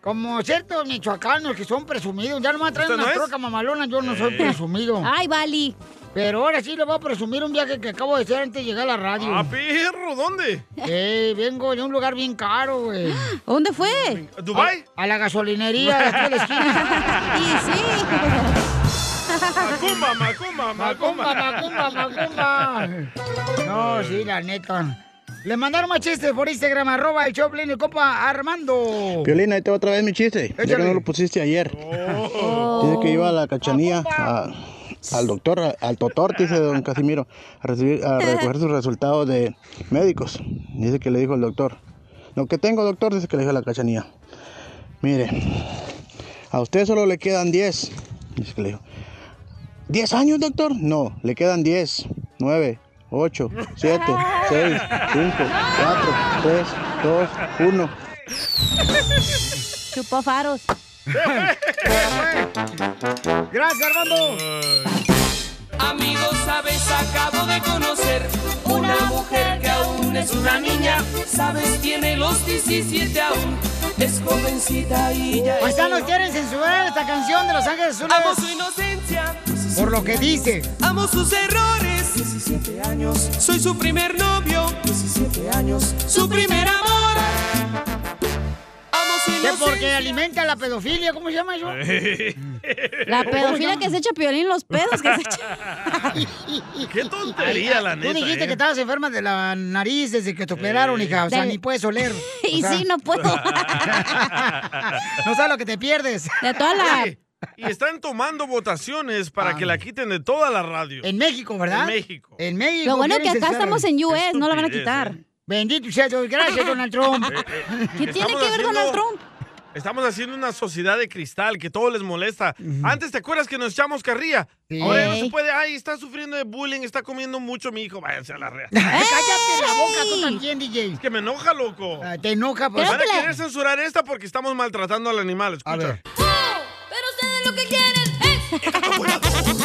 S2: como ciertos michoacanos que son presumidos. Ya nomás traen
S1: ¿Usted no
S2: una
S1: es?
S2: troca mamalona, yo no soy
S1: Eh.
S2: presumido. Ay, Bali. Pero ahora sí le voy a presumir un viaje que acabo de hacer antes de llegar a la radio.
S3: Ah, perro, ¿dónde?
S2: Eh, vengo de un lugar bien caro, güey.
S4: ¿Dónde fue?
S3: ¿Dubái?
S2: A, a la gasolinería de aquí a la esquina.
S3: Macumba, macumba,
S2: Macumba, macumba, macumba. No, sí, la neta. Le mandaron más chistes por Instagram, arroba el Choplin, el copa Armando.
S17: Violina, ahí te va otra vez mi chiste. Ya que
S2: Échale.
S17: no lo pusiste ayer.
S2: Oh.
S17: Dice que iba a la cachanilla a- al doctor, a- al doctor, dice don Casimiro, a, recibir, a recoger sus resultados de médicos. Dice que le dijo el doctor. Lo que tengo, doctor, dice que le dijo la cachanilla. Mire, a usted solo le quedan 10. Dice que le dijo. ¿10 años, doctor? No, le quedan 10, 9, 8, 7, 6, 5, 4, 3, 2, 1.
S4: Chupó faros.
S2: Gracias, Armando.
S7: Amigos, sabes, acabo de conocer una mujer que aún es una niña. Sabes, tiene los 17 aún. Es jovencita y ya. es
S2: Paisanos,
S7: una-
S2: quieren censurar esta canción de Los Ángeles Azules.
S7: Amo su inocencia.
S2: Por lo que dice.
S7: Amo sus errores. 17 años. Soy su primer novio. 17 años. Su primer amor. Amo su
S2: Que
S7: inocencia.
S2: porque alimenta la pedofilia, ¿cómo se llama eso?
S4: La pedofilia que se echa piolín, los pedos que se echa.
S3: Qué tontería, la neta.
S2: Tú dijiste
S3: ¿eh?
S2: que estabas enferma de la nariz desde que te operaron, hija. O sea,
S4: Del-
S2: ni puedes oler.
S4: Y sí, no puedo.
S2: No sabes lo que te pierdes.
S4: De toda la...
S3: Oye, Y están tomando votaciones para
S2: Ah.
S3: que la quiten de toda la radio.
S2: En México, ¿verdad?
S3: En México.
S2: En México.
S4: Lo bueno
S2: quieren
S4: que acá
S2: censurar.
S4: estamos en US, no la van a quitar. Estupidez,
S2: Bendito sea Dios. Gracias, Donald Trump.
S3: Eh,
S4: ¿Qué tiene que ver Donald Trump?
S3: Estamos haciendo una sociedad de cristal que todo les molesta. Antes te acuerdas que nos echamos carrilla.
S2: Sí.
S3: Ahora ya no se puede. Ay, está sufriendo de bullying, está comiendo mucho mi hijo. Váyanse a la rea.
S2: Cállate la boca tú también, DJ.
S3: Es que me enoja, loco.
S2: te enoja,
S3: pues.
S2: pues.
S3: Van a querer censurar esta porque estamos maltratando al animal. Escucha.
S1: Pero ustedes lo que quieren es.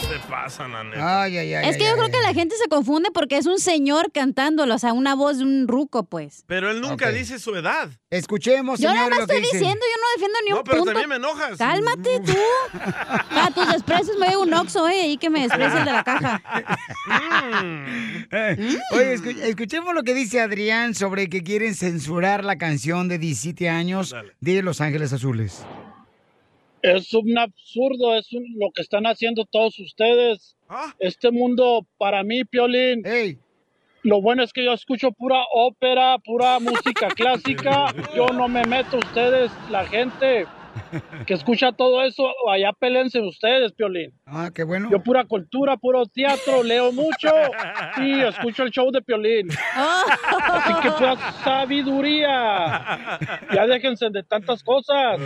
S3: Se pasan, la neta.
S2: Ay, ay, ay.
S4: Es que yo creo que la gente se confunde porque es un señor cantándolo, o sea, una voz de un ruco, pues.
S3: Pero él nunca
S2: Ok.
S3: dice su edad.
S2: Escuchemos,
S4: Yo nada más
S2: señores, lo que
S4: estoy
S2: dicen.
S4: diciendo, yo no defiendo ni
S3: No,
S4: un
S3: pero
S4: punto.
S3: también me enojas.
S4: Cálmate tú. A tus desprecios me veo un oxo, eh, y que me desprecian de la caja.
S3: Mm.
S4: Mm.
S2: Eh, Oye, escu- escuchemos lo que dice Adrián sobre que quieren censurar la canción de 17 años de Los Ángeles Azules.
S18: Es un absurdo, es un- lo que están haciendo todos ustedes. Este mundo, para mí, Piolín, Lo bueno es que yo escucho pura ópera, pura música clásica. Yo no me meto ustedes, la gente que escucha todo eso, allá pélense ustedes, Piolín.
S2: Ah, qué bueno.
S18: Yo pura cultura, puro teatro, leo mucho y escucho el show de Piolín. Así que pura sabiduría. Ya déjense de tantas cosas.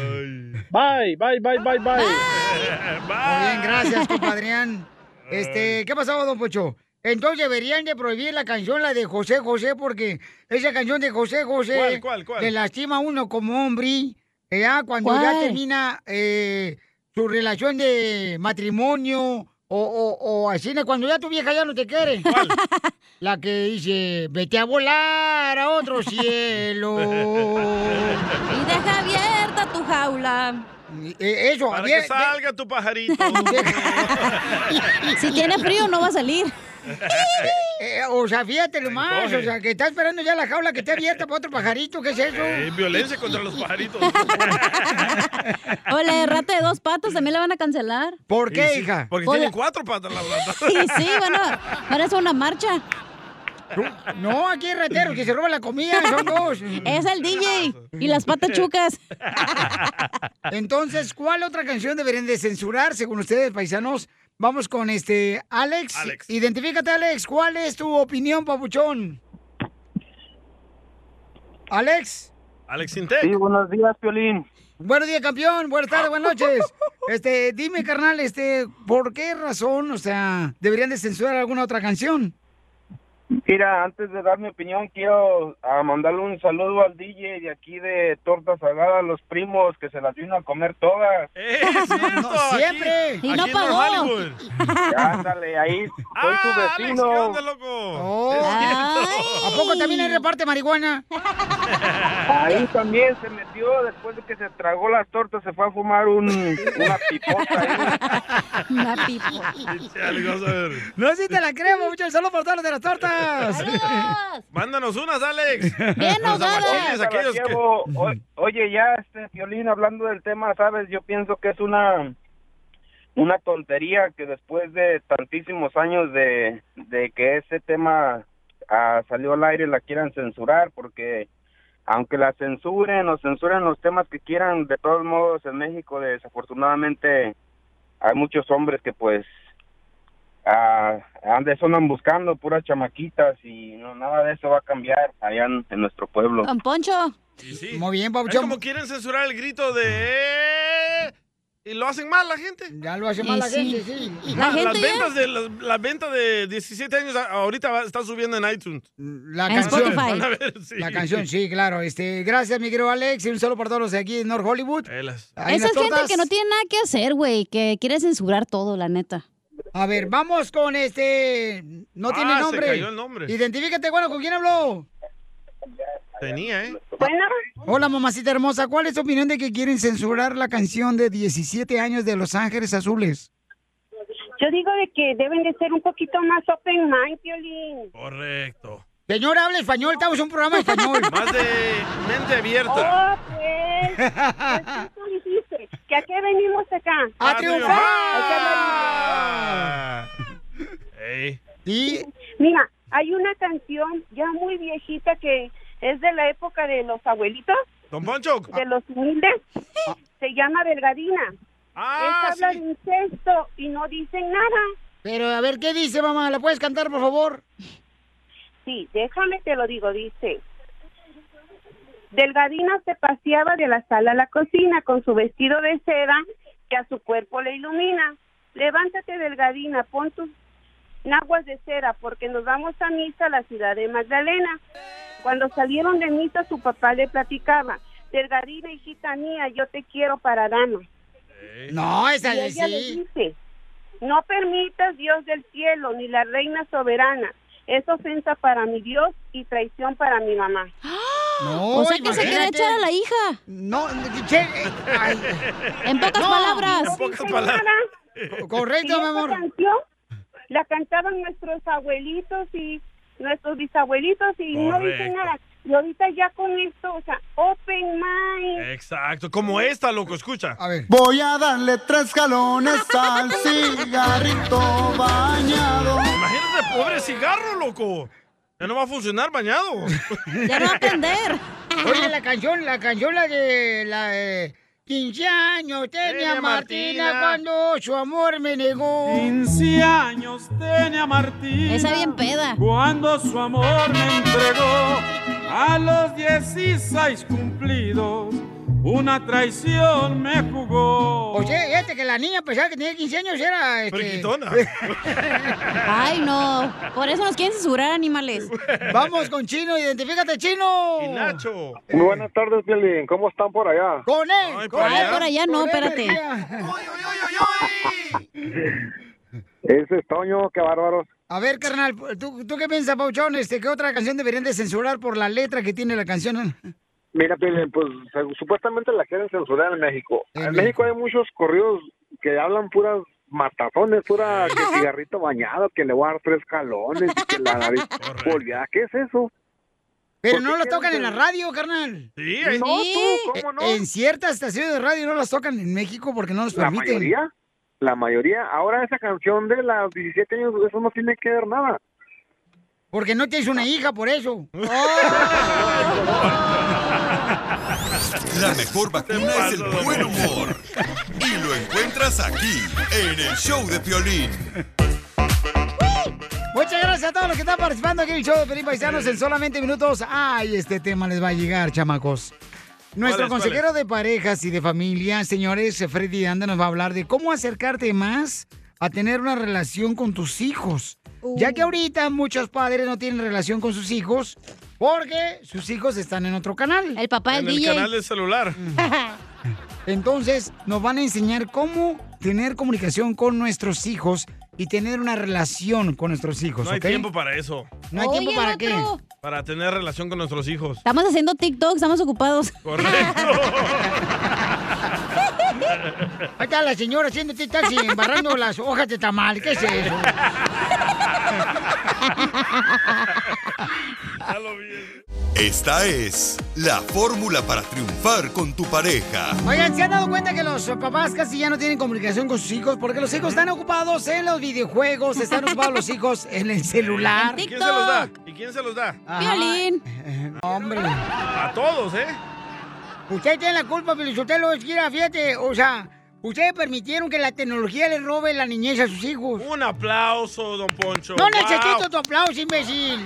S18: Bye, bye, bye, bye, bye.
S4: Ah.
S2: Muy bien, gracias, compadrián. Este, ¿qué pasaba, don Pocho? Entonces deberían de prohibir la canción, la de José José, porque esa canción de José José
S3: ¿Cuál, cuál, cuál?
S2: le lastima a uno como hombre. Ya cuando
S3: ¿Cuál?
S2: ya termina eh, su relación de matrimonio o, o, o así, ¿no? cuando ya tu vieja ya no te quiere. La que dice, vete a volar a otro cielo.
S4: Y deja abierta tu jaula.
S2: eh, eso,
S3: Para que salga tu pajarito.
S4: Si tiene frío, no va a salir.
S2: Eh, o sea, fíjate lo más,
S3: encoge.
S2: o sea, que está esperando ya la jaula que esté abierta para otro pajarito, ¿qué es eso?
S3: Eh, violencia contra los pajaritos.
S4: O la de rata de dos patas también la van a cancelar.
S2: ¿Por
S3: Y sí, Porque
S4: Por
S3: tienen
S4: la-
S3: cuatro patas la planta.
S4: Sí, sí, bueno, parece una marcha.
S2: No, aquí hay rateros que se roban la comida, son dos.
S4: Es el DJ y las patas chucas.
S2: Entonces, ¿cuál otra canción deberían de censurar según ustedes, paisanos? Vamos con este Alex.
S3: Alex.
S2: Identifícate, Alex. ¿Cuál es tu opinión, papuchón? Alex.
S3: Alex Intec.
S2: Sí, buenos días, Piolín. Buenos días, campeón. Buenas tardes, buenas noches. Este, dime, carnal, este, ¿por qué razón, o sea, deberían de censurar alguna otra canción?
S19: Mira, antes de dar mi opinión, quiero ah, mandarle un saludo al DJ de aquí de Torta Sagada, a los primos que se las vino a comer todas.
S2: siempre.
S19: Y no aquí en pagó. North Hollywood. Ah, Ándale, ahí soy su vecino.
S3: loco?
S2: Oh. ¿A poco también él reparte marihuana?
S19: Ahí también se metió, después de que se tragó las tortas, se fue a fumar un, una pipota. ahí.
S2: No, si te la creo, mucho. Saludos para todos los de las tortas.
S3: Mándanos unas, Alex. Los
S19: Oye,
S3: aguachiles,
S19: se las
S3: Pues, aquellos que...
S19: llevo. O- Oye, ya, este, Violín, hablando del tema, ¿sabes? Yo pienso que es una una tontería que después de tantísimos años de, de que ese tema ah, salió al aire la quieran censurar, porque aunque la censuren o censuren los temas que quieran, de todos modos, en México, desafortunadamente, hay muchos hombres que, pues, ah, andes andan buscando puras chamaquitas y no nada de eso va a cambiar allá en- en nuestro pueblo.
S4: Don Poncho.
S2: Ah, Muy bien,
S3: Es como quieren censurar el grito de... Y lo hacen mal la gente.
S2: Ya lo hace mal la gente, sí.
S3: Ah, las ventas de las, las ventas de 17 años a- ahorita va- está subiendo en iTunes.
S2: La canción. La canción, sí, claro. Este, gracias, mi querido Alex. Y un saludo para todos los de aquí en North Hollywood. Ahí en
S4: Esa
S2: las
S4: es gente
S2: tortas.
S4: que no tiene nada que hacer, güey, que quiere censurar todo, la neta.
S2: A ver, vamos con este. No
S4: Ah,
S2: tiene
S4: se
S2: nombre.
S4: cayó el nombre.
S2: Identifícate, bueno, ¿con quién habló?
S3: Tenía, ¿eh?
S2: Bueno. Hola, mamacita hermosa. ¿Cuál es tu opinión de que quieren censurar la canción de 17 años de Los Ángeles Azules?
S20: Yo digo de que deben de ser un poquito más open mind, Piolín.
S3: Correcto.
S2: Señora, habla español. Estamos en un programa español.
S3: Más de mente abierta.
S20: Oh, pues, pues, tú dijiste que a qué venimos acá.
S3: ¡A triunfar!
S20: Hay que
S3: hablar- Ey.
S20: Mira, hay una canción ya muy viejita que es de la época de los abuelitos,
S3: Don Poncho.
S20: de los humildes.
S2: Ah.
S20: Se llama Delgadina.
S3: Ah,
S20: Esta habla de incesto y no dicen nada.
S2: Pero a ver, ¿qué dice, mamá? ¿La puedes cantar, por favor?
S20: Sí, déjame te lo digo, dice. Delgadina se paseaba de la sala a la cocina con su vestido de seda que a su cuerpo le ilumina. Levántate, Delgadina, pon tus naguas de cera porque nos vamos a misa a la ciudad de Magdalena. Cuando salieron de misa, su papá le platicaba, Delgadina, hijita mía, yo te quiero para dama.
S2: Eh. No, esa
S20: Y
S2: es
S20: ella le
S2: sí.
S20: dice, no permitas, Dios del cielo, ni la reina soberana. Es ofensa para mi Dios y traición para mi mamá.
S2: No,
S20: O sea que se quiere
S2: imagínate.
S20: echar a
S4: La hija.
S2: No, che, eh, ay.
S4: En pocas
S20: No,
S4: palabras.
S20: no dice nada.
S2: Co- correcto,
S20: Y
S2: mi
S20: esa
S2: amor.
S20: canción la cantaban nuestros abuelitos y nuestros bisabuelitos y no dicen
S3: Correcto.
S20: nada. Y ahorita ya con esto, o sea, open mind.
S3: Exacto, como esta, loco, escucha. A
S2: ver.
S7: Voy a darle tres galones al cigarrito bañado.
S3: Imagínate, pobre cigarro, loco. Ya no va a funcionar bañado.
S4: Ya no va a prender.
S2: Oye, la canción, la canción, la de la de 15 años tenía
S1: Tenía
S2: Martina,
S1: Martina.
S2: cuando su amor me negó.
S9: 15 años tenía Martina.
S4: Esa bien peda.
S9: Cuando su amor me entregó a los 16 cumplidos, una traición me jugó.
S2: O sea, este que la niña pensaba que tenía 15 años era. Este...
S4: Ay, no. Por eso nos quieren censurar, animales.
S2: Vamos con Chino, identifícate, Chino. Y
S3: Nacho.
S21: Muy buenas tardes, Piolín. ¿Cómo están por allá?
S2: Con él.
S4: por Ay, allá. por allá no,
S2: Con él,
S4: espérate.
S2: María.
S21: Es estoño, qué bárbaros.
S2: A ver, carnal, ¿tú, tú qué piensas, Pauchón? Este, ¿Qué otra canción deberían de censurar por la letra que tiene la canción?
S21: Mira, Piolín, pues se- supuestamente la quieren censurar en México. En
S2: Ajá.
S21: México hay muchos corridos que hablan puras matazones, pura que cigarrito bañado, que le voy a dar tres jalones y que la nariz volvía. ¿Qué es eso?
S2: Pero
S21: ¿Por
S2: no
S21: qué
S2: las
S21: quieren
S2: tocan en la
S21: que-
S2: radio, carnal.
S21: Sí, ahí- No, tú, ¿cómo no?
S2: En ciertas estaciones de radio no las tocan en México porque no los
S21: ¿La
S2: permiten.
S21: mayoría? La mayoría. Ahora esa canción de las 17 años, eso no tiene que ver nada.
S2: Porque no tienes una hija, por eso.
S5: La mejor vacuna es el buen humor. Y lo encuentras aquí, en el show de Piolín.
S2: Muchas gracias a todos los que están participando aquí en el show de Felipe Paisanos en solamente minutos. Ay, este tema les va a llegar, chamacos. Nuestro
S22: ¿Cuál es,
S2: consejero de parejas y de familia, señores, Freddy Anda nos va a hablar de cómo acercarte más a tener una relación con tus hijos.
S4: Uh.
S2: Ya que ahorita muchos padres no tienen relación con sus hijos porque sus hijos están en otro canal.
S4: El papá
S3: En el canal del celular.
S2: Entonces, nos van a enseñar cómo tener comunicación con nuestros hijos y tener una relación con nuestros hijos,
S3: No hay
S2: ¿ok?
S3: tiempo para eso.
S2: No hay tiempo para qué.
S3: Para tener relación con nuestros hijos.
S4: Estamos haciendo TikTok, estamos ocupados.
S2: Ahí está la señora haciendo tic-tac y embarrando las hojas de tamal. ¿Qué es eso?
S5: Esta es la fórmula para triunfar con tu pareja.
S2: Oigan, ¿se han dado cuenta que los papás casi ya no tienen comunicación con sus hijos? Porque los hijos están ocupados en los videojuegos, están ocupados los hijos en el celular.
S3: ¿Y quién se los da? ¿Y quién se los da?
S2: Violín. Hombre.
S3: A todos, ¿eh?
S2: Usted tiene la culpa, pero si usted lo quiera, fíjate, o sea, ustedes permitieron que la tecnología le robe la niñez a sus hijos.
S3: Un aplauso, don Poncho.
S2: No
S3: Wow.
S2: necesito tu aplauso, imbécil.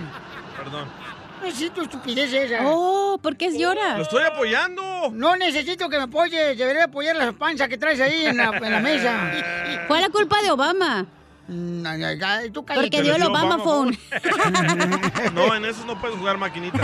S3: Perdón.
S2: No necesito estupidez esa.
S4: Oh, ¿por qué llora?
S3: Lo estoy apoyando.
S2: No necesito que me apoyes, debería apoyar la panza que traes ahí en la, en la mesa.
S4: Fue la culpa de Obama.
S2: Tú cállate.
S4: Porque dio el Obama phone.
S3: No, en esos no puedes jugar maquinita.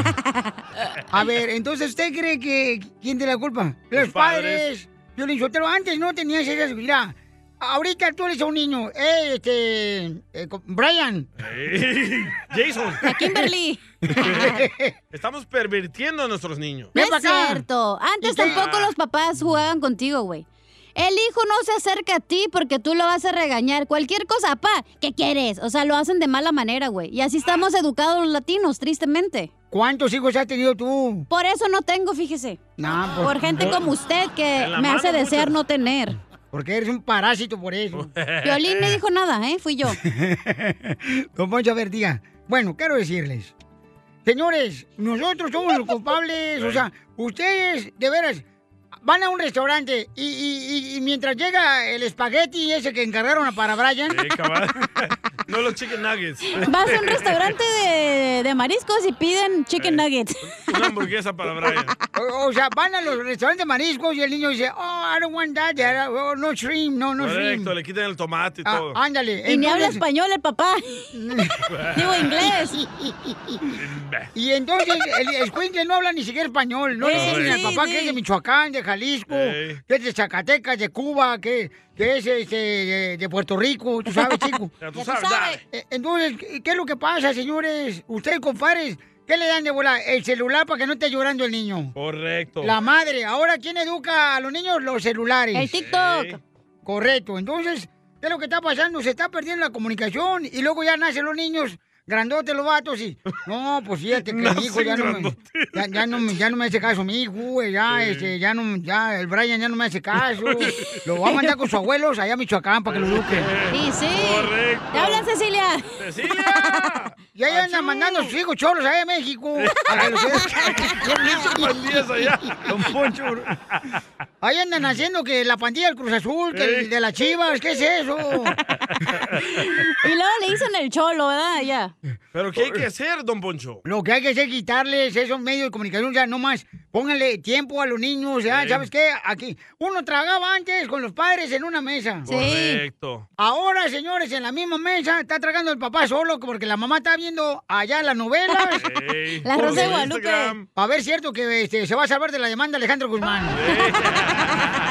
S2: A ver, entonces, ¿usted cree que quién tiene la culpa? Los, padres.
S3: padres.
S2: Yo le insulté, antes no tenías esa seguridad. Ahorita tú eres un niño. Eh, este. eh, co- Brian.
S3: Ey, Jason.
S4: A Kimberly.
S3: Estamos pervirtiendo a nuestros niños.
S4: No es cierto. Antes tampoco los papás jugaban contigo, güey. El hijo no se acerca a ti porque tú lo vas a regañar. Cualquier cosa, pa, ¿qué quieres? O sea, lo hacen de mala manera, güey. Y así estamos educados los latinos, tristemente.
S2: ¿Cuántos hijos has tenido tú?
S4: Por eso no tengo, fíjese.
S2: Nah, pues-
S4: Por gente como usted que
S2: En la
S4: me
S2: mano
S4: hace desear
S2: muchas.
S4: no tener.
S2: Porque eres un parásito por eso.
S4: Violín no dijo nada, ¿eh? Fui yo.
S2: Don Poncho, a ver, diga. Bueno, quiero decirles. Señores, nosotros somos los culpables. O sea, ustedes, de veras, van a un restaurante y, y- y- y mientras llega el espagueti ese que encargaron para Brian.
S3: Eh, cabal. No los chicken nuggets.
S4: Vas a un restaurante de, de mariscos y piden chicken nuggets.
S3: Una hamburguesa para Brian.
S2: Eh. O, o sea, van a los restaurantes de mariscos y el niño dice, oh, I don't want that, I don't- oh, no shrimp, no, no shrimp.
S3: Eh. Correcto, le quitan el tomate y
S2: Ah,
S3: todo.
S2: ándale.
S4: Y ni habla
S2: entonces-
S4: español el papá. Digo inglés.
S2: Y entonces el escuincle no habla ni siquiera español. No le
S4: Ey,
S2: dicen al
S4: sí,
S2: papá que
S4: sí.
S2: es de Michoacán, de Jalisco,
S3: Ey.
S2: que es de Zacatecas, de Cuba, que, que es este, de, de Puerto Rico. Tú sabes, chico.
S3: Ya tú Ya tú sabes, sabes.
S2: Eh, Entonces, ¿qué qué es lo que pasa, señores? Ustedes, compadres, ¿qué le dan de volar? El celular para que no esté llorando el niño.
S3: Correcto.
S2: La madre. Ahora, ¿quién educa a los niños? Los celulares.
S3: El TikTok. Sí.
S2: Correcto. Entonces, ¿qué es lo que está pasando? Se está perdiendo la comunicación y luego ya nacen los niños. Grandotes los vatos y... No, pues fíjate que mi hijo
S1: Nacen
S2: ya no, me, ya, ya no, me- ya no me hace caso. Mi hijo, güey, ya,
S1: Sí.
S2: este, ya no... Ya, el Brian ya no me hace caso. Lo voy a mandar con sus abuelos allá a Michoacán para que lo eduquen.
S4: Sí, sí.
S2: Correcto.
S4: ¿Te hablan, Cecilia?
S3: ¡Cecilia!
S2: Y ahí andan mandando sus hijos choros allá a México. A la velocidad.
S3: pandillas allá, don Poncho.
S2: Ahí andan haciendo que la pandilla del Cruz Azul, que el de las Chivas, ¿qué es eso?
S4: Y luego le dicen el cholo, ¿verdad? Ya.
S3: ¿Pero qué hay que hacer, don Poncho?
S2: Lo que hay que hacer es quitarles esos medios de comunicación, ya no más. Pónganle tiempo a los niños, ya,
S3: Sí.
S2: ¿sabes qué? Aquí, uno tragaba antes con los padres en una mesa.
S3: Correcto.
S2: Ahora, señores, en la misma mesa está tragando el papá solo porque la mamá está viendo allá las novelas.
S3: Ey.
S2: La
S3: Por
S2: Rosa de
S3: Instagram.
S2: Guadalupe. A ver, cierto que este, se va a salvar de la demanda Alejandro Guzmán.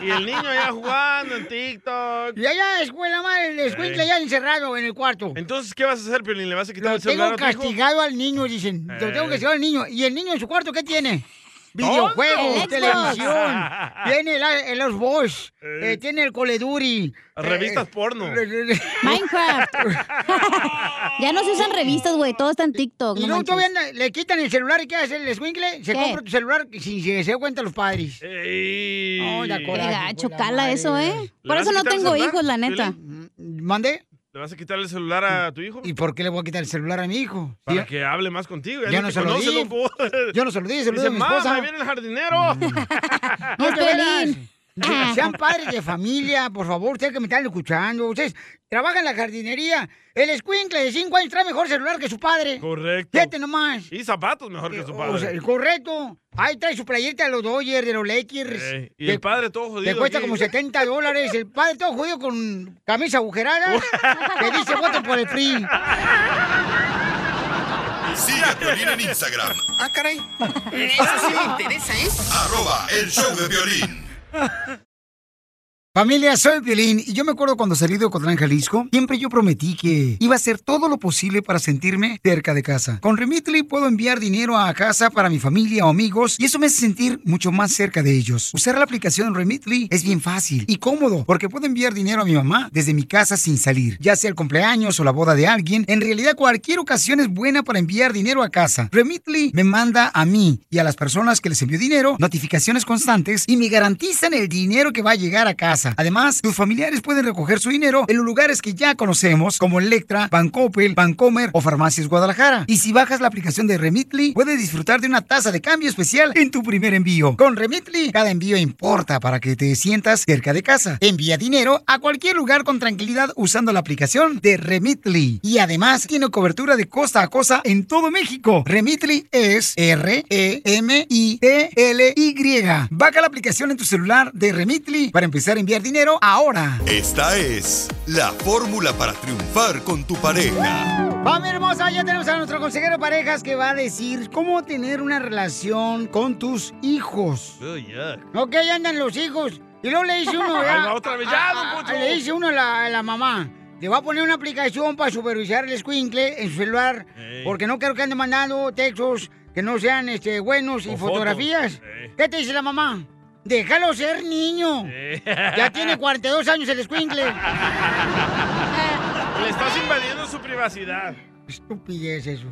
S3: Y el niño allá jugando en TikTok.
S2: Y allá, escuela madre, el escuincle
S3: Ey.
S2: allá encerrado en el cuarto.
S3: Entonces, ¿qué vas a hacer, Piolín? ¿Le vas a quitar
S2: Lo
S3: el celular
S2: tengo
S3: a tu hijo?
S2: castigado al niño, dicen. Lo tengo
S3: Ey.
S2: castigado al niño. ¿Y el niño en su cuarto qué tiene?
S3: ¿Tonto?
S2: Videojuegos,
S3: El Xbox.
S2: televisión. tiene el, el Los Boys.
S3: Ey.
S2: eh, tiene el Coleduri. Eh,
S3: Revistas porno.
S4: Minecraft. ya no se usan revistas, güey. Todo está en TikTok.
S2: Y
S4: no
S2: luego
S4: manches.
S2: todavía anda- le quitan el celular y ¿qué hace el escuincle?
S4: ¿Qué?
S2: Se compra tu celular si se, se cuenta los padres. No, ya
S4: Qué
S2: coraje,
S4: gacho,
S2: hijo de pues, la
S4: cala
S2: madre.
S4: eso, ¿eh?
S3: ¿Le
S4: Por
S3: vas
S4: eso
S3: a
S4: no
S3: quitar el
S4: tengo
S3: celular,
S4: hijos, la neta.
S2: Mm, ¿Mande?
S3: ¿Le vas a quitar el celular a tu hijo?
S2: ¿Y por qué le voy a quitar el celular a mi hijo?
S3: Para que hable más contigo.
S2: Yo
S3: ni
S2: no
S3: te
S2: se lo
S3: conoce,
S2: di.
S3: loco.
S2: Yo no se lo di, se lo di
S3: Dice,
S2: a mi
S3: "Mamá,
S2: esposa".
S3: ahí viene el jardinero.
S2: No, de veras. Ya, Sean padres de familia, por favor, ustedes que me están escuchando. Ustedes trabajan en la jardinería. El escuincle de 5 años trae mejor celular que su padre.
S3: Correcto.
S2: Fíjate nomás. Eh,
S3: Y zapatos mejor que su padre.
S2: O sea, correcto. Ahí trae su playerita de los Dodgers, de los Lakers.
S3: Ey, y
S2: Te-
S3: el padre todo jodido.
S2: Te cuesta
S3: aquí.
S2: como 70 dólares. El padre todo jodido con camisa agujerada. Te dice voten por el PRI.
S5: Sigue a Piolín en Instagram.
S2: Ah, caray.
S5: Eso sí me
S2: interesa, ¿eh?
S5: Arroba el show de violín.
S2: Familia, soy Violín y yo me acuerdo cuando salí de Ocotlán, Jalisco, siempre yo prometí que iba a hacer todo lo posible para sentirme cerca de casa. Con Remitly puedo enviar dinero a casa para mi familia o amigos y eso me hace sentir mucho más cerca de ellos. Usar la aplicación Remitly es bien fácil y cómodo porque puedo enviar dinero a mi mamá desde mi casa sin salir, ya sea el cumpleaños o la boda de alguien. En realidad cualquier ocasión es buena para enviar dinero a casa. Remitly me manda a mí y a las personas que les envío dinero notificaciones constantes y me garantizan el dinero que va a llegar a casa. Además, tus familiares pueden recoger su dinero en los lugares que ya conocemos como Electra, Bancoppel, Bancomer o Farmacias Guadalajara. Y si bajas la aplicación de Remitly, puedes disfrutar de una tasa de cambio especial en tu primer envío. Con Remitly, cada envío importa para que te sientas cerca de casa. Envía dinero a cualquier lugar con tranquilidad usando la aplicación de Remitly. Y además tiene cobertura de costa a costa en todo México. Remitly es R-E-M-I-T-L-Y. Baja la aplicación en tu celular de Remitly para empezar a enviar dinero ahora.
S5: Esta es la fórmula para triunfar con tu pareja.
S2: Vamos, hermosa, ya tenemos a nuestro consejero de parejas que va a decir cómo tener una relación con tus hijos.
S3: Oh, yuck.
S2: No, que ahí andan los hijos. Y luego le dice uno,
S3: Ahí
S2: ya,
S3: va otra vez,
S2: a-
S3: ya,
S2: a-
S3: don
S2: a-
S3: Poncho.
S2: le dice uno a la, a la mamá, le va a poner una aplicación para supervisar el escuincle en su celular,
S3: Ey.
S2: porque no quiero que anden mandando textos que no sean este, buenos y
S3: O fotos.
S2: fotografías. ¿Qué te dice la mamá? Déjalo ser niño. Ya tiene 42 años el escuincle.
S3: Le estás invadiendo su privacidad.
S2: Estupidez eso.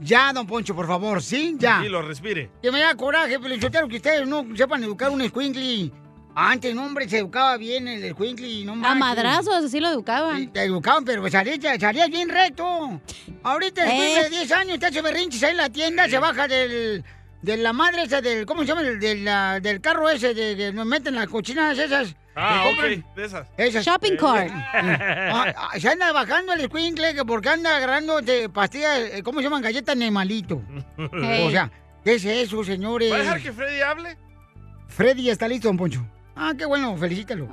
S2: Ya, don Poncho, por favor, sí, ya.
S3: Y lo respire.
S2: Que me da coraje, Pelichotero, que ustedes no sepan educar un escuincli. Antes, no, hombre, se educaba bien el escuincli. No
S4: A
S2: manches.
S4: madrazos, así lo educaban.
S2: Sí, te educaban, pero salías, salías bien recto. Ahorita el escuincle
S3: Eh.
S2: de 10 años te hace berrinches ahí en la tienda, se baja del... De la madre esa del... ¿Cómo se llama? Del, del, ah, del carro ese, de que nos meten las cochinas esas. que
S3: Ah,
S2: compran.
S3: ok, de esas.
S2: Esas. Mm.
S3: Shopping cart.
S2: Ah, ah, se anda bajando el escuincle que porque anda agarrando de pastillas, eh, ¿cómo se llaman? Galletas Nemalito. O sea, ¿qué es eso, señores?
S3: ¿Va a dejar que Freddy hable?
S2: Freddy ya está listo, don Poncho. Ah, qué bueno, felicítalo.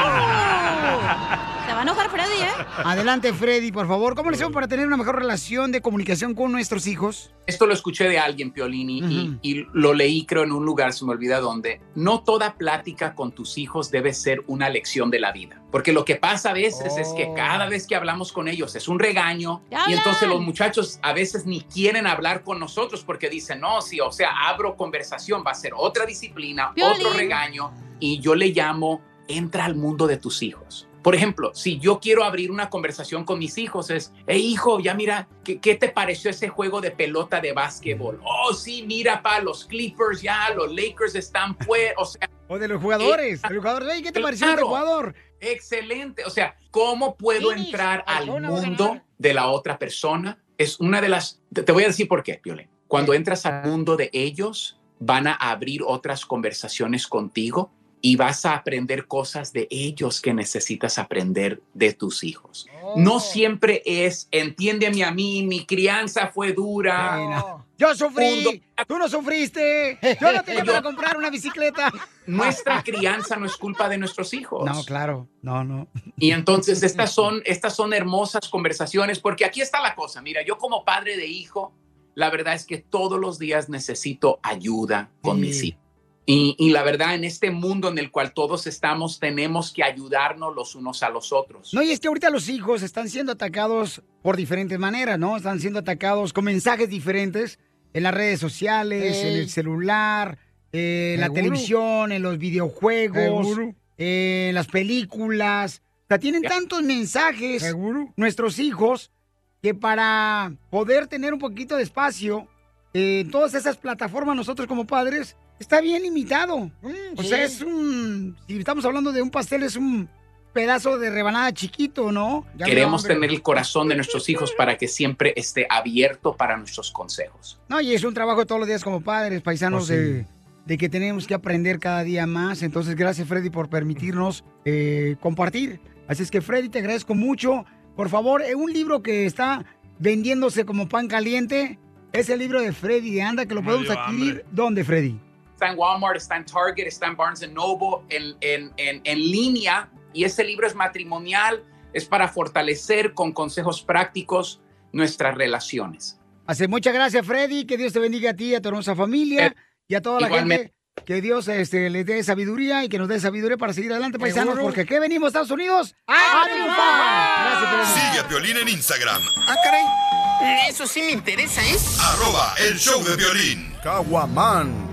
S4: Se ¡Oh, va a enojar Freddy, ¿eh?
S2: Adelante, Freddy, por favor. ¿Cómo le hacemos para tener una mejor relación de comunicación con nuestros hijos?
S23: Esto lo escuché de alguien, Piolini, y, y lo leí, creo, en un lugar, se me olvida dónde. No toda plática con tus hijos debe ser una lección de la vida, porque lo que pasa a veces es que cada vez que hablamos con ellos es un regaño,
S12: ¡Ya
S23: y
S12: hablan!
S23: entonces los muchachos a veces ni quieren hablar con nosotros porque dicen, no, sí, o sea, abro conversación, va a ser otra disciplina, otro
S12: Piolín.
S23: regaño, y yo le llamo, entra al mundo de tus hijos. Por ejemplo, si yo quiero abrir una conversación con mis hijos, es, hey hijo, ya mira, ¿qué, qué te pareció ese juego de pelota de básquetbol? Oh, sí, mira, pa, los Clippers ya, los Lakers están fuera, o sea,
S2: O de los jugadores. de los jugadores. Ey, ¿Qué te pareció este
S23: Claro.
S2: jugador?
S23: Excelente. O sea, ¿cómo puedo entrar al mundo de la otra persona? Es una de las... Te te voy a decir por qué, Piolín. Cuando entras al mundo de ellos, van a abrir otras conversaciones contigo y vas a aprender cosas de ellos que necesitas aprender de tus hijos. No siempre es, entiéndeme a mí, mi crianza fue dura.
S2: Yo sufrí, tú no sufriste, yo no tenía para comprar una bicicleta.
S23: Nuestra crianza no es culpa de nuestros hijos.
S2: No, claro, no, no.
S23: Y entonces estas son, estas son hermosas conversaciones, porque aquí está la cosa. Mira, yo como padre de hijo, la verdad es que todos los días necesito ayuda con mis hijos. Y, y la verdad, en este mundo en el cual todos estamos, tenemos que ayudarnos los unos a los otros.
S2: No, y es que ahorita los hijos están siendo atacados por diferentes maneras, ¿no? Están siendo atacados con mensajes diferentes en las redes sociales, en
S10: Ey.
S2: el celular, eh, en la
S10: Seguro.
S2: televisión, en los videojuegos,
S10: Seguro.
S2: eh, en las películas. O sea, tienen tantos mensajes nuestros hijos que para poder tener un poquito de espacio eh, en todas esas plataformas nosotros como padres está bien limitado. o sea,
S10: Mm, sí.
S2: es un... Si estamos hablando de un pastel, es un pedazo de rebanada chiquito, ¿no? Ya me dio
S23: Queremos
S2: hambre.
S23: tener el corazón de nuestros hijos para que siempre esté abierto para nuestros consejos.
S2: No, y es un trabajo de todos los días como padres, paisanos,
S23: Pues sí.
S2: de, de que tenemos que aprender cada día más. Entonces, gracias, Freddy, por permitirnos eh, compartir. Así es que, Freddy, te agradezco mucho. Por favor, eh, un libro que está vendiéndose como pan caliente es el libro de Freddy de Anda, que lo
S23: Me
S2: podemos
S23: dio
S2: adquirir. ¿Dónde, Freddy?
S23: está en Walmart, está en Target, está en Barnes Noble, en, en, en, en línea. Y ese libro es matrimonial, es para fortalecer con consejos prácticos nuestras relaciones.
S2: Así, muchas gracias, Freddy. Que Dios te bendiga a ti, a tu hermosa familia y a toda la
S23: igualmente.
S2: gente. Que Dios este, les dé sabiduría y que nos dé sabiduría para seguir adelante, paisanos,
S5: Seguro.
S2: porque ¿qué venimos, Estados Unidos?
S5: ¡A
S2: triunfar! Gracias, Freddy.
S5: Sigue a Piolín en Instagram,
S12: Ah, caray. Eso sí me interesa, ¿eh?
S5: arroba el show de violín.
S12: Caguamán.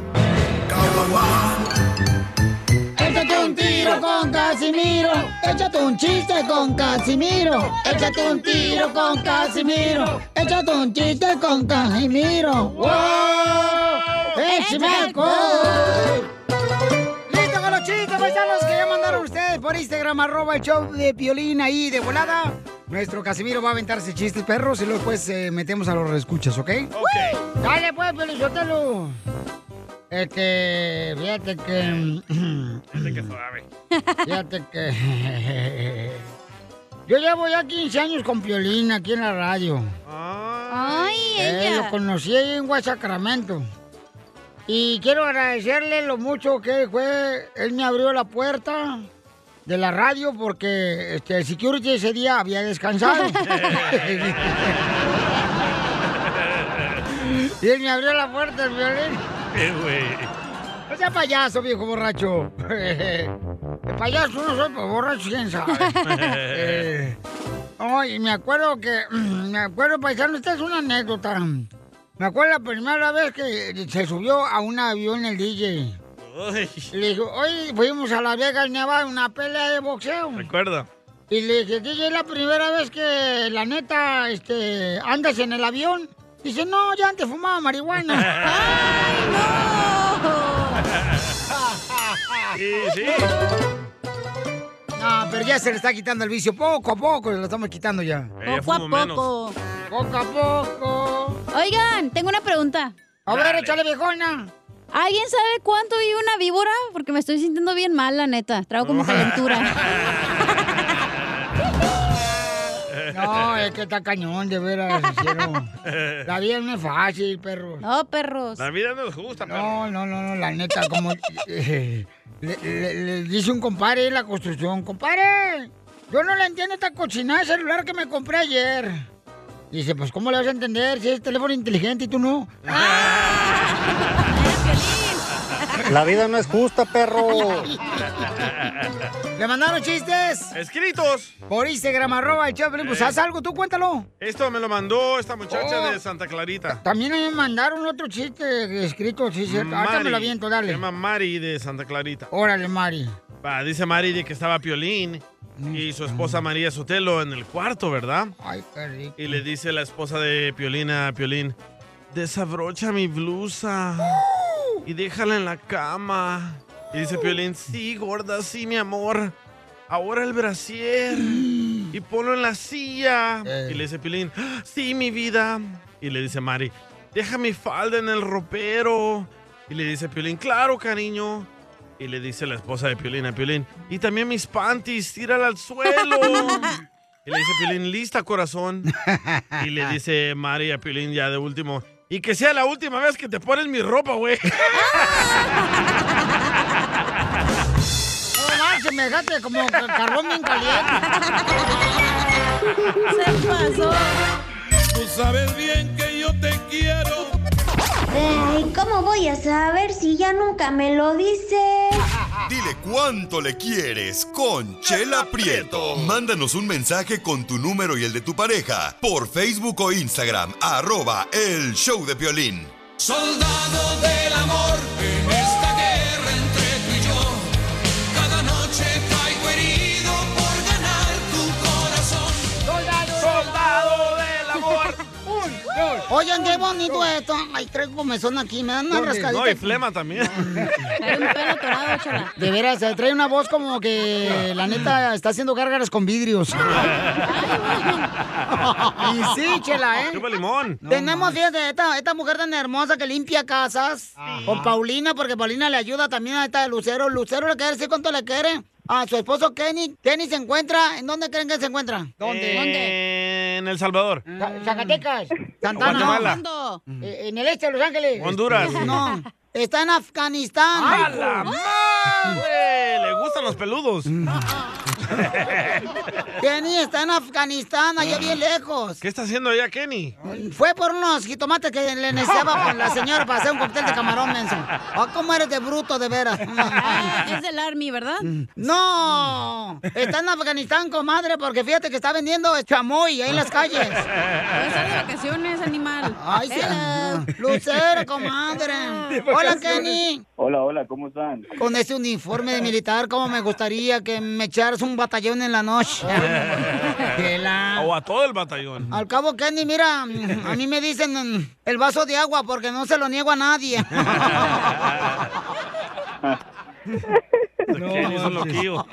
S2: Échate un tiro con Casimiro. Échate un chiste con Casimiro. Échate un tiro con Casimiro. Échate un chiste con Casimiro. ¡Wow! ¡Échame alcohol! ¡Listo con los chistes, paisanos! Que ya mandaron ustedes por Instagram, arroba el show de Piolín ahí de volada. Nuestro Casimiro va a aventarse chistes perros y luego pues eh, metemos a los reescuchas, ¿ok?
S10: Ok.
S2: Dale pues, Piolín, suéltalo. Este, fíjate que...
S10: Fíjate que
S2: Fíjate que. Yo llevo ya 15 años con Piolín aquí en la radio.
S4: Ay,
S2: Eh,
S4: ella.
S2: lo conocí ahí en Guasacramento. Y quiero agradecerle lo mucho que él fue. Él me abrió la puerta de la radio porque este, el security ese día había descansado. y él me abrió la puerta, el Piolín.
S10: Eh, güey.
S2: No sea Pues payaso, viejo borracho. El payaso no soy, pero borracho quién sabe. Eh, ay, me acuerdo que, mm, me acuerdo, paisano, esta es una anécdota. Me acuerdo la primera vez que se subió a un avión el DJ. Y Le dijo, hoy fuimos a Las Vegas, Nevada, una pelea de boxeo.
S3: Recuerda.
S2: Y le dije, DJ, es la primera vez que, la neta, este, andas en el avión. Dice, no, yo antes fumaba marihuana.
S10: Sí, sí.
S2: No, pero ya se le está quitando el vicio. Poco a poco se lo estamos quitando ya.
S4: Poco a poco.
S2: Poco a poco.
S4: Oigan, tengo una pregunta.
S2: A ver, Dale. échale, viejona.
S4: ¿Alguien sabe cuánto vive una víbora? Porque me estoy sintiendo bien mal, la neta. Traigo como calentura.
S2: No, es que está cañón, de veras. hicieron. La vida no es fácil, perros.
S4: No, perros.
S3: La vida no es justa,
S2: No, no, no, no, la neta, como eh, le, le- le dice un compadre en la construcción, compadre, yo no le entiendo esta cochinada de celular que me compré ayer. Dice, pues, ¿cómo le vas a entender si es teléfono inteligente y tú no?
S22: La vida no es justa, perro.
S2: ¿Le mandaron chistes?
S3: Escritos.
S2: Por Instagram, arroba el Chaplin, pues haz algo, tú cuéntalo.
S3: Esto me lo mandó esta muchacha
S2: Oh.
S3: de Santa Clarita.
S2: También me mandaron otro chiste escrito, sí, cierto. Ahorita me lo
S3: Mari.
S2: aviento,
S3: Se
S2: dale.
S3: llama Mari de Santa Clarita.
S2: Órale, Mari. Mm.
S3: Va, dice Mari de que estaba Piolín y su esposa María Sotelo en el cuarto, ¿verdad?
S2: Ay, qué rico.
S3: Y le dice la esposa de Piolín a Piolín, desabrocha mi blusa y déjala en la cama. Y dice Piolín, sí, gorda, sí, mi amor. Ahora el brasier. Y ponlo en la silla. Y le dice Piolín, "Ah, sí, mi vida. Y le dice Mari, deja mi falda en el ropero. Y le dice Piolín, claro, cariño. Y le dice la esposa de Piolín a Piolín, y también mis panties, tírala al suelo. y le dice Piolín, lista, corazón. Y le dice Mari a Piolín ya de último, y que sea la última vez que te pones mi ropa, güey.
S2: No manches, me dejaste como ca- carbón bien caliente.
S4: Se pasó.
S13: Tú sabes bien que yo te quiero.
S14: Ay, ¿cómo voy a saber si ya nunca me lo dices?
S5: Dile cuánto le quieres con Chela Prieto. Mándanos un mensaje con tu número y el de tu pareja por Facebook o Instagram, arroba el show de Piolín.
S13: Soldado del amor, en esta guerra entre tú y yo, cada noche caigo herido por ganar tu corazón.
S2: Soldado,
S13: soldado del amor.
S2: Oigan, qué bonito esto. Ay, traigo comezón aquí. Me dan una rascadita.
S3: No, y flema también.
S2: De veras, eh, trae una voz como que la neta está haciendo gárgaras con vidrios. y sí, chela, ¿eh?
S3: limón.
S2: Tenemos, fíjate, esta, esta mujer tan hermosa que limpia casas. Con Paulina, porque Paulina le ayuda también a esta de Lucero. Lucero le quiere decir cuánto le quiere. A su esposo Kenny. Kenny se encuentra. ¿En dónde creen que se encuentra?
S3: Eh, En El Salvador.
S2: Za- Zacatecas. Santana.
S3: Guatemala.
S2: No. Eh, En el este de Los Ángeles.
S3: Honduras.
S2: No. Está en Afganistán.
S3: ¡A la madre! Le gustan los peludos.
S2: Kenny está en Afganistán, allá bien lejos.
S3: ¿Qué está haciendo allá Kenny?
S2: Fue por unos jitomates que le neceaba con la señora para hacer un cóctel de camarón, menso. Ah, ¿Cómo eres de bruto, de veras?
S4: Es del Army, ¿verdad?
S2: Mm. ¡No! Está en Afganistán, comadre, porque fíjate que está vendiendo chamoy ahí en las calles.
S4: Pues Está de vacaciones, animal.
S2: Ay, sí. Lucero, comadre. Hola, Kenny.
S15: Hola, hola, ¿cómo están?
S2: Con este uniforme de militar, como me gustaría que me echaras un batallón en la noche.
S3: O a todo el batallón.
S2: Al cabo, Kenny, mira, a mí me dicen mm, el vaso de agua porque no se lo niego a nadie.
S3: Kenny es un loquillo.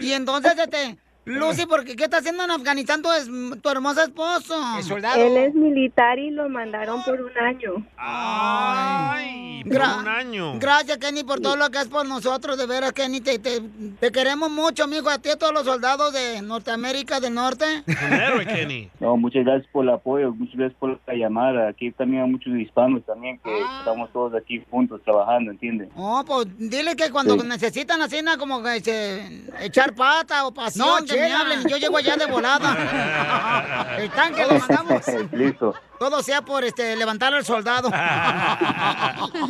S2: y entonces, este, Lucy, porque ¿qué está haciendo en Afganistán tu, es- tu hermoso esposo? El
S24: Él es militar y lo mandaron por un año.
S3: Ay, por un año.
S2: Ah. Gracias, Kenny, por todo lo que haces por nosotros. De veras, Kenny, te, te- te queremos mucho, amigo. A ti y a todos los soldados de Norteamérica del Norte.
S3: Un héroe, Kenny.
S15: No, muchas gracias por el apoyo, muchas gracias por la llamada. Aquí también hay muchos hispanos también que
S2: Ah.
S15: estamos todos aquí juntos trabajando, ¿entiendes?
S2: No, pues dile que cuando
S15: Sí.
S2: necesitan así, na, como que se- echar pata o pasión,
S15: No,
S2: que me
S15: Chela.
S2: hablen. Yo llego allá de volada. El tanque lo mandamos.
S15: Listo.
S2: Todo sea por este levantar al soldado.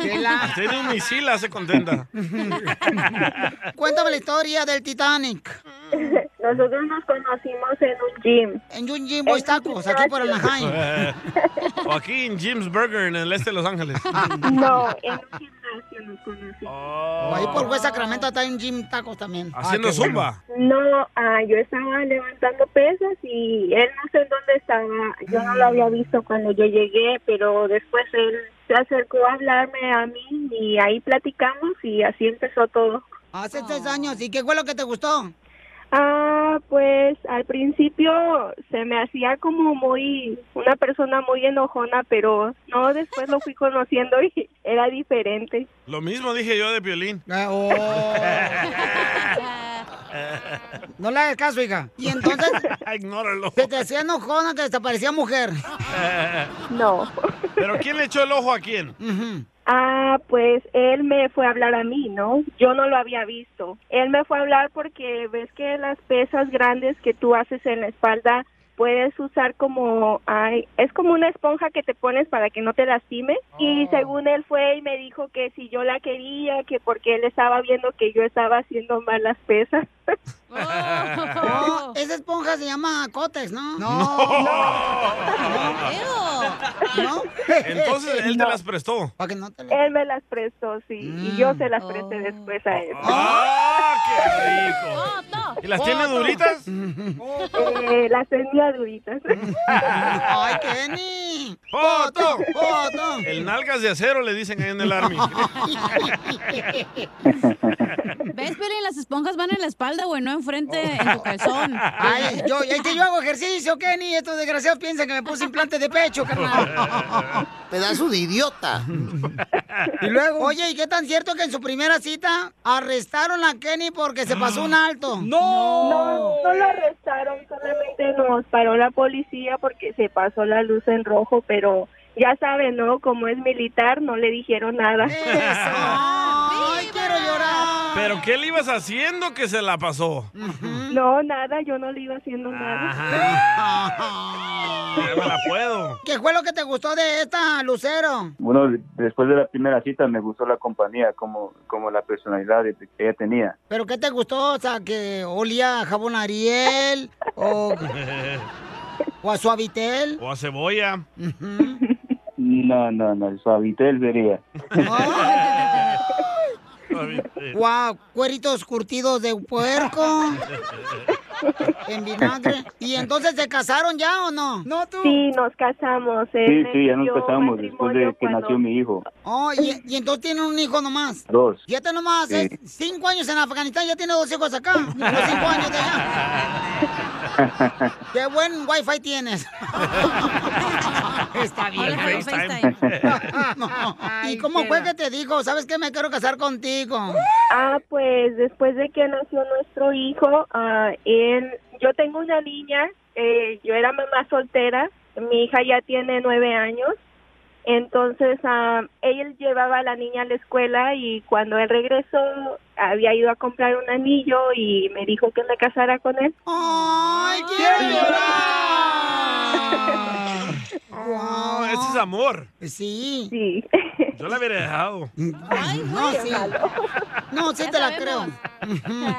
S2: Chela.
S3: Tiene un misil, hace contenta.
S2: Cuéntame la historia del Titanic.
S24: Nosotros nos conocimos en un gym.
S2: En un gym, voy tacos, aquí por Anaheim.
S3: Eh, o aquí en Jim's Burger, en el este de Los Ángeles.
S24: No, en un gimnasio nos conocimos.
S2: Ahí por West Sacramento está un gym tacos también.
S3: Haciendo
S2: Ah, qué bueno.
S3: zumba.
S24: No, ah, yo estaba levantando pesas y él no sé en dónde estaba. Yo no lo había visto cuando yo llegué, pero después él se acercó a hablarme a mí y ahí platicamos y así empezó todo.
S2: Hace tres años. ¿Y qué fue lo que te gustó?
S24: Ah, pues al principio se me hacía como muy una persona muy enojona, pero no, después lo fui conociendo y era diferente.
S3: Lo mismo dije yo de violín.
S2: No le hagas caso, hija. Y entonces.
S3: Ignóralo.
S2: Se te hacía enojona que desaparecía mujer.
S24: No.
S3: ¿Pero quién le echó el ojo a quién?
S24: Ah, pues él me fue a hablar a mí, ¿no? Yo no lo había visto. Él me fue a hablar porque ves que las pesas grandes que tú haces en la espalda puedes usar como, ay, es como una esponja que te pones para que no te lastime. Y según él fue y me dijo que si yo la quería, que porque él estaba viendo que yo estaba haciendo mal las pesas.
S2: No, esa esponja se llama Cotex, ¿no?
S3: Entonces él te las prestó.
S2: Para que no te Oh.
S24: Él me las prestó, sí, y yo se las presté después a él.
S3: ¡Ah, ¿Y las tiene duritas?
S24: Eh, las tenía duritas.
S3: ¡Ay,
S2: Kenny!
S3: ¡Foto! El nalgas de acero le dicen ahí en el army.
S4: ¿Ves, Pelín? Las esponjas van en la espalda, güey, no enfrente, en tu calzón.
S2: Ay, yo, es que yo hago ejercicio, Kenny. Estos desgraciados piensan que me puse implante de pecho, carnal.
S12: Pedazo de idiota.
S2: Y luego. Oye, ¿y qué tan cierto que en su primera cita arrestaron a Kenny porque se pasó un alto?
S24: No, no lo arrestaron, solamente nos paró la policía porque se pasó la luz en rojo, pero ya saben, ¿no? Como es militar, no le dijeron nada.
S2: ¡Ay, quiero llorar!
S3: ¿Pero qué le ibas haciendo que se la pasó?
S24: No, nada, yo no le iba haciendo
S2: Ah.
S24: nada.
S3: Ya me la puedo.
S2: ¿Qué fue lo que te gustó de esta, Lucero?
S15: Bueno, después de la primera cita me gustó la compañía, como, como la personalidad de- que ella tenía.
S2: ¿Pero qué te gustó? O sea, que olía a jabón Ariel o, o a suavitel.
S3: O a cebolla.
S15: No, no, no, suavitel sería.
S2: o a cueritos curtidos de puerco. En vinagre. ¿Y entonces se casaron ya o no? No, tú.
S24: Sí, nos casamos. eh.
S15: Sí,
S24: él
S15: sí, ya nos
S24: pidió
S15: casamos después de que nació mi hijo.
S2: Oh, y, y entonces tienen un hijo nomás.
S15: Dos.
S2: Fíjate nomás,
S15: Sí.
S2: es cinco años en Afganistán, ya tiene dos hijos acá. A Los cinco años de allá. Qué buen wifi tienes. Está bien.
S13: Hola,
S2: güey.
S13: FaceTime.
S2: No. ¿Y cómo fue que te dijo? ¿Sabes qué? Me quiero casar contigo.
S24: Ah, pues después de que nació nuestro hijo, ah, él, yo tengo una niña, eh, yo era mamá soltera, mi hija ya tiene nueve años, entonces ah, él llevaba a la niña a la escuela y cuando él regresó había ido a comprar un anillo y me dijo que me casara con él.
S2: Oh, ¡Ay,
S13: quiero
S3: No, ese es amor.
S2: Sí.
S24: Sí.
S3: Yo la hubiera dejado.
S2: No, sí. No, sí
S24: Ya
S2: te la creo.
S24: sabemos.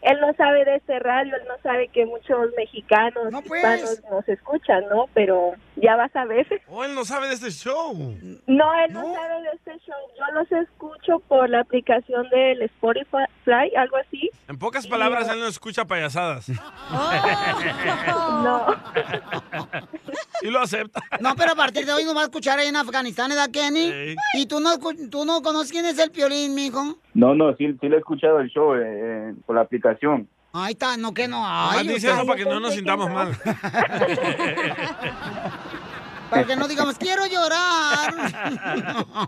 S24: Él no sabe de este radio, él no sabe que muchos mexicanos
S2: pues.
S24: hispanos nos escuchan, ¿no? Pero ya vas a ver.
S3: O él no sabe de este show.
S24: No, él no, sabe de este show. Yo los escucho por la aplicación del Spotify, algo así.
S3: En pocas palabras, él no escucha payasadas.
S24: No.
S3: Y lo acepta.
S2: No, pero a partir de hoy no va a escuchar ahí en Afganistán, ¿verdad, Kenny?
S3: Sí.
S2: ¿Y tú no, escu- tú no conoces quién es el piolín, mijo?
S15: No, no, sí, sí le he escuchado el show eh, eh, por la aplicación.
S2: Ahí está, no que no.
S3: Nomás
S2: Ay,
S3: dice
S2: usted-
S3: eso para que no nos sintamos mal.
S2: Para que no digamos, quiero llorar.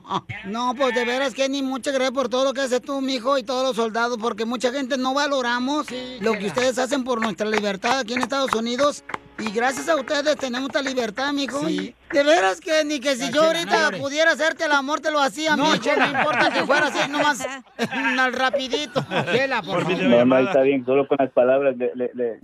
S2: No, pues de veras, Kenny, muchas gracias por todo lo que haces tú, mijo, y todos los soldados, porque mucha gente no valoramos lo que ustedes hacen por nuestra libertad aquí en Estados Unidos. Y gracias a ustedes tenemos esta libertad, mijo. De veras, Kenny, que si yo ahorita pudiera hacerte el amor, te lo hacía,
S13: No,
S2: mijo.
S13: Chela.
S2: No importa que fuera así, nomás al rapidito. Chela, por favor.
S15: No, no, está bien, solo con las palabras le, le, le-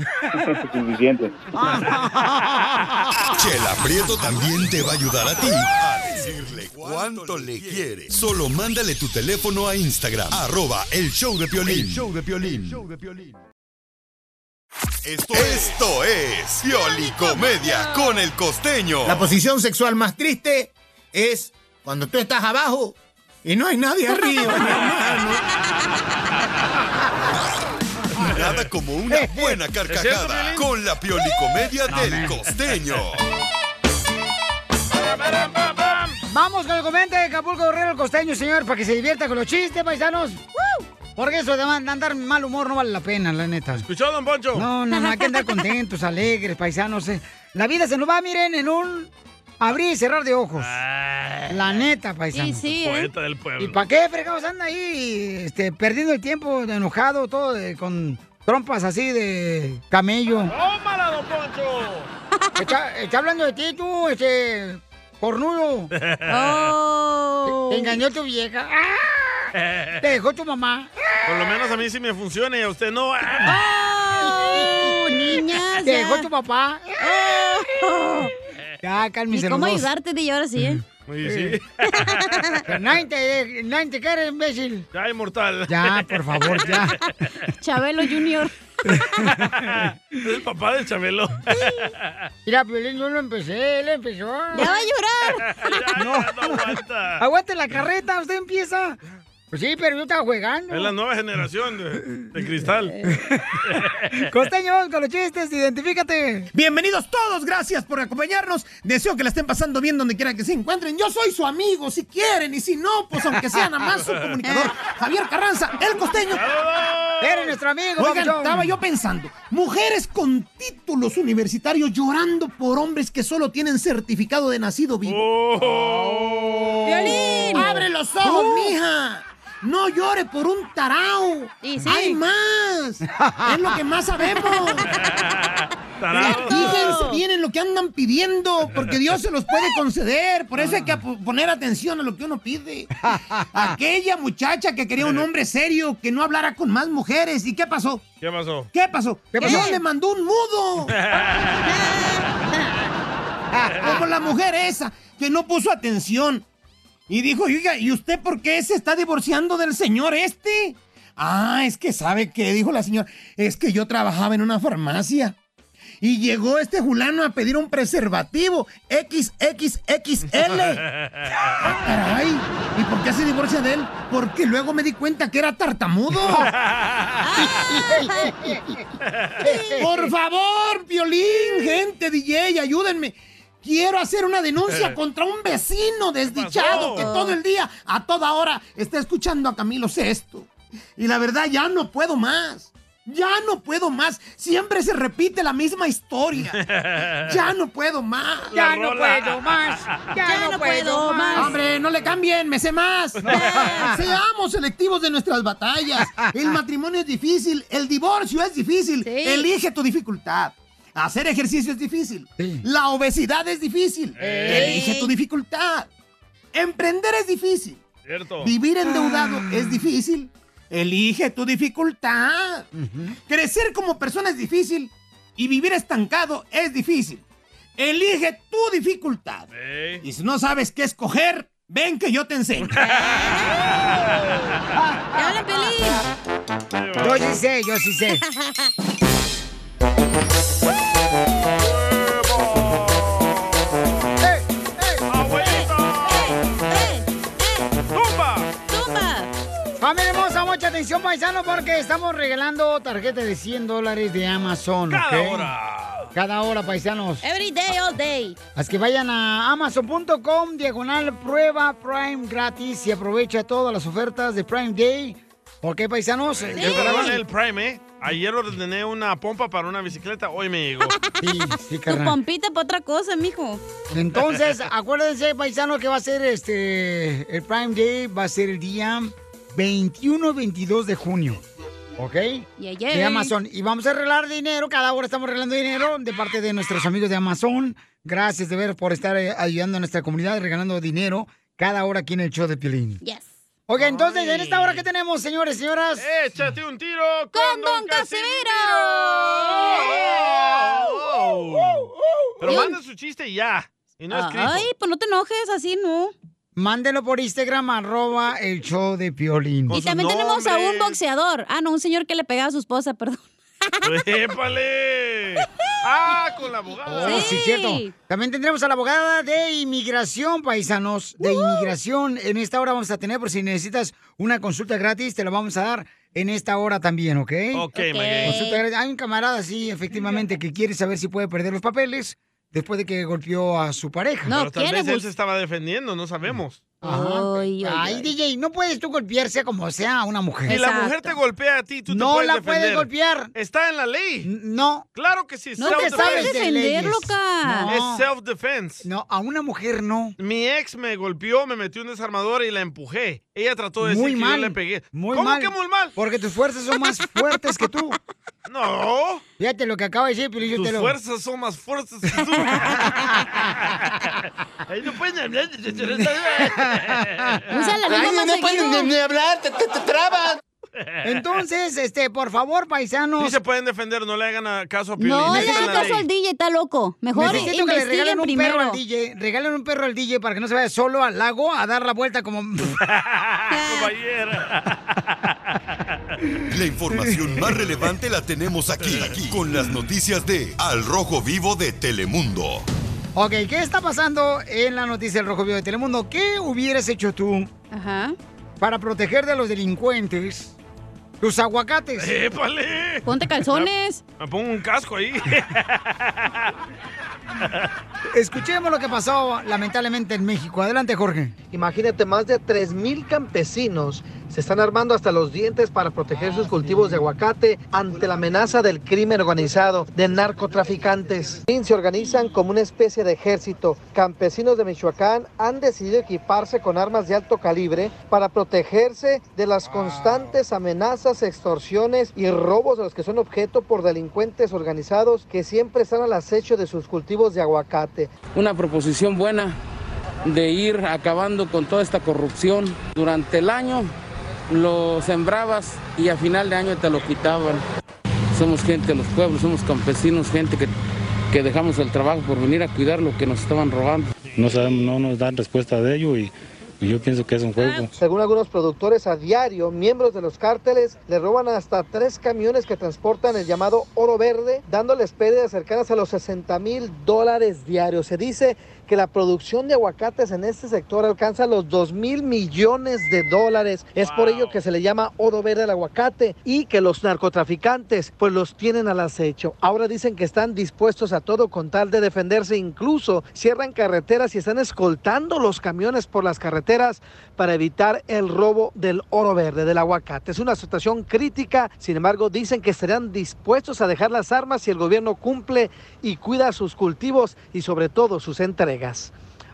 S15: es suficiente.
S5: Chela Prieto también te va a ayudar a ti a decirle cuánto le quiere. Solo mándale tu teléfono a Instagram, arroba el show de Piolín.
S13: El
S5: show de Piolín. Esto, esto es Piolicomedia con el costeño.
S6: La posición sexual más triste es cuando tú estás abajo y no hay nadie arriba. mi hermano.
S5: Nada como una buena carcajada con la Piolicomedia del costeño.
S2: Vamos con el comente de Acapulco Guerrero el costeño, señor, para que se divierta con los chistes, paisanos. Porque eso de man- andar mal humor no vale la pena, la neta.
S3: ¿Escuchó, don Poncho?
S2: No, no, no, hay que andar contentos, alegres, paisanos. eh. La vida se nos va, miren, en un abrir y cerrar de ojos. La neta, paisanos.
S3: ¿eh? Poeta del pueblo.
S2: ¿Y para qué fregados anda ahí este, perdiendo el tiempo, enojado, todo de- con trompas así de camello?
S3: ¡Tómala, don Poncho!
S2: Está, está hablando de ti, tú, este. Cornudo.
S3: Oh.
S2: Te, te engañó tu vieja. ¡Ah! Te dejó tu mamá.
S3: Por lo menos a mí sí me funciona y a usted no.
S2: ¡Oh!
S4: niña,
S2: Te
S4: ya.
S2: dejó tu papá. Ya, cálmese
S4: ¿Y cómo
S2: los dos.
S4: ayudarte, DJ, ahora sí, eh?
S3: Oye, sí.
S2: Pero nadie te, nadie te quiere, imbécil.
S3: Ya, inmortal.
S2: Ya, por favor, ya.
S4: Chabelo Junior.
S3: Es el papá del Chabelo.
S2: Mira, Piolín, yo lo empecé, él empezó. ¡Ya
S4: va a llorar!
S2: no, aguante la carreta, usted empieza. Pues sí, pero yo estaba jugando.
S3: Es la nueva generación de, de cristal.
S2: Costeño, con los chistes, identifícate.
S13: Bienvenidos todos, gracias por acompañarnos. Deseo que la estén pasando bien donde quiera que se encuentren. Yo soy su amigo, si quieren, y si no, pues aunque sea nada más su comunicador, Javier Carranza, el costeño.
S2: Eres nuestro amigo,
S13: Oigan,
S2: papuchón.
S13: estaba yo pensando, mujeres con títulos universitarios llorando por hombres que solo tienen certificado de nacido vivo.
S7: ¡Violín!
S13: Oh. ¡Abre los ojos,
S7: Uh.
S13: mija! No llore por un tarao. ¡Hay más! es lo que más sabemos.
S7: Tarado.
S13: Fíjense bien en lo que andan pidiendo, porque Dios se los puede conceder. Por eso hay que apo- poner atención a lo que uno pide. Aquella muchacha que quería un hombre serio, que no hablara con más mujeres. ¿Y qué pasó?
S3: ¿Qué pasó?
S13: ¿Qué pasó? ¿Qué
S3: pasó?
S13: le mandó un mudo. Como Ah, la mujer esa, que no puso atención. Y dijo, oiga, ¿y usted por qué se está divorciando del señor este? Ah, es que sabe qué, dijo la señora. Es que yo trabajaba en una farmacia. Y llegó este fulano a pedir un preservativo XXXL. Caray, ¿y por qué se divorcia de él? Porque luego me di cuenta que era tartamudo. Por favor, Piolín, gente, DJ, ayúdenme. Quiero hacer una denuncia contra un vecino desdichado que todo el día, a toda hora, está escuchando a Camilo Sesto. Y la verdad, ya no puedo más. Ya no puedo más. Siempre se repite la misma historia. Ya no puedo más.
S7: Ya La no rola. puedo más. Ya Ya no no puedo puedo más. más.
S13: Hombre, no le cambien, me sé más. Seamos selectivos de nuestras batallas. El matrimonio es difícil, el divorcio es difícil. Elige tu dificultad. Hacer ejercicio es difícil. La obesidad es difícil.
S3: Ey.
S13: Elige tu dificultad. Emprender es difícil.
S3: ¿Cierto?
S13: Vivir endeudado es difícil. Elige tu dificultad. Crecer como persona es difícil y vivir estancado es difícil. Elige tu dificultad. Y si no sabes qué escoger, ven que yo te enseño.
S2: Yo sí sé, yo sí sé.
S3: ¡Tumba!
S2: ¡Tumba! Familia hermosa, mucha atención, paisano, porque estamos regalando tarjetas de 100 dólares de Amazon.
S7: Cada
S2: ¿ok?
S7: hora.
S2: Cada hora, paisanos.
S4: Every day, all day.
S2: Así que vayan a amazon.com, diagonal prueba Prime gratis y aprovecha todas las ofertas de Prime Day. ¿Por qué, paisanos?
S3: Yo trabajo en el Prime, ¿eh? Ayer ordené una pompa para una bicicleta, hoy me llegó.
S2: Sí, sí,
S4: Tu
S2: carnal.
S4: pompita para otra cosa, mijo.
S2: Entonces, acuérdense, paisano, que va a ser este. El Prime Day va a ser el día 21-22 de junio. ¿Ok?
S4: Yeah, yeah.
S2: De Amazon. Y vamos a arreglar dinero. Cada hora estamos arreglando dinero de parte de nuestros amigos de Amazon. Gracias de ver por estar eh, ayudando a nuestra comunidad, regalando dinero cada hora aquí en el show de Piolín.
S4: Yes.
S2: Ok, entonces, en esta hora que tenemos, señores, señoras.
S3: ¡Échate un tiro con, Don Oh. Pero
S2: Yo-
S3: manda su chiste ya. Y no escrito.
S4: Ay, pues no te enojes, así no.
S2: Mándelo por Instagram, arroba el show de Piolín.
S4: Y también tenemos a un boxeador. Ah, no, un señor que le pegaba a su esposa, perdón.
S3: ¡Épale! ¡Ah, con la abogada!
S2: Oh, sí, cierto. También tendremos a la abogada de inmigración, paisanos, de inmigración. En esta hora vamos a tener, por si necesitas una consulta gratis, te la vamos a dar en esta hora también, ¿ok?
S3: Ok, my guy.
S2: Consulta gratis. Hay un camarada, sí, efectivamente, que quiere saber si puede perder los papeles después de que golpeó a su pareja.
S3: Pero tal vez él se estaba defendiendo, no sabemos.
S2: Ajá.
S4: Ay,
S2: Ay, DJ, no puedes tú golpearse como sea a una mujer.
S3: Si la mujer te golpea a ti, tú
S2: No
S3: te puedes
S2: la puedes
S3: defender.
S2: golpear.
S3: Está en la ley.
S2: No.
S3: Claro que sí.
S2: No te
S3: self-defense.
S2: sabes de leyes.
S3: Es
S2: No.
S3: self-defense.
S2: No, a una mujer no.
S3: Mi ex me golpeó, me metió un desarmador y la empujé. Ella trató de
S2: Muy
S3: decir
S2: mal,
S3: que yo le pegué.
S2: Muy
S3: ¿Cómo
S2: mal,
S3: que muy mal?
S2: Porque tus fuerzas son más fuertes que tú.
S3: No.
S2: Fíjate lo que acaba de decir, pero yo
S3: Tus
S2: te lo...
S3: fuerzas son más fuertes que tú. Ahí no pueden hablar.
S7: Usa la lengua Ay, más no seguido. pueden ni
S2: hablar, te, trabas. Entonces, este, por favor,
S3: Sí
S2: paisanos.
S3: se pueden defender, no le hagan a- caso a pues, Piolín.
S4: No le
S3: Está en
S4: hagan
S3: la
S4: caso
S3: ley.
S4: al DJ, está loco. Mejor
S2: Necesito que le regalen
S4: investiguen
S2: un perro al
S4: primero.
S2: DJ. Regalen un perro al DJ para que no se vaya solo al lago a dar la vuelta como.
S5: La información más relevante la tenemos aquí, aquí, con las noticias de Al Rojo Vivo de Telemundo.
S2: ok, ¿qué está pasando en la noticia del Rojo Vivo de Telemundo? ¿Qué hubieras hecho tú para proteger de los delincuentes tus aguacates.
S3: ¡Épale!
S4: Ponte calzones.
S3: Me pongo un casco ahí.
S2: Escuchemos lo que pasó lamentablemente en México. Adelante, Jorge.
S6: Imagínate, más de 3.000 campesinos se están armando hasta los dientes para proteger
S2: Ah,
S6: sus cultivos de aguacate ante la amenaza del crimen organizado de narcotraficantes. Se organizan como una especie de ejército. Campesinos de Michoacán han decidido equiparse con armas de alto calibre para protegerse de las constantes amenazas, extorsiones y robos a los que son objeto por delincuentes organizados que siempre están al acecho de sus cultivos de aguacate.
S9: una proposición buena de ir acabando con toda esta corrupción. Durante el año lo sembrabas y a final de año te lo quitaban. Somos gente de los pueblos, somos campesinos, gente que, que dejamos el trabajo por venir a cuidar lo que nos estaban robando.
S18: No sabemos, no nos dan respuesta de ello y, y yo pienso que es un juego.
S6: Según algunos productores, a diario, miembros de los cárteles le roban hasta tres camiones que transportan el llamado oro verde, dándoles pérdidas cercanas a los 60 mil dólares diarios. Se dice que la producción de aguacates en este sector alcanza los 2 mil millones de dólares. Es por ello que se le llama oro verde al aguacate y que los narcotraficantes pues los tienen al acecho. Ahora dicen que están dispuestos a todo con tal de defenderse. Incluso cierran carreteras y están escoltando los camiones por las carreteras para evitar el robo del oro verde, del aguacate. Es una situación crítica, sin embargo dicen que serán dispuestos a dejar las armas si el gobierno cumple y cuida sus cultivos y sobre todo sus entregas.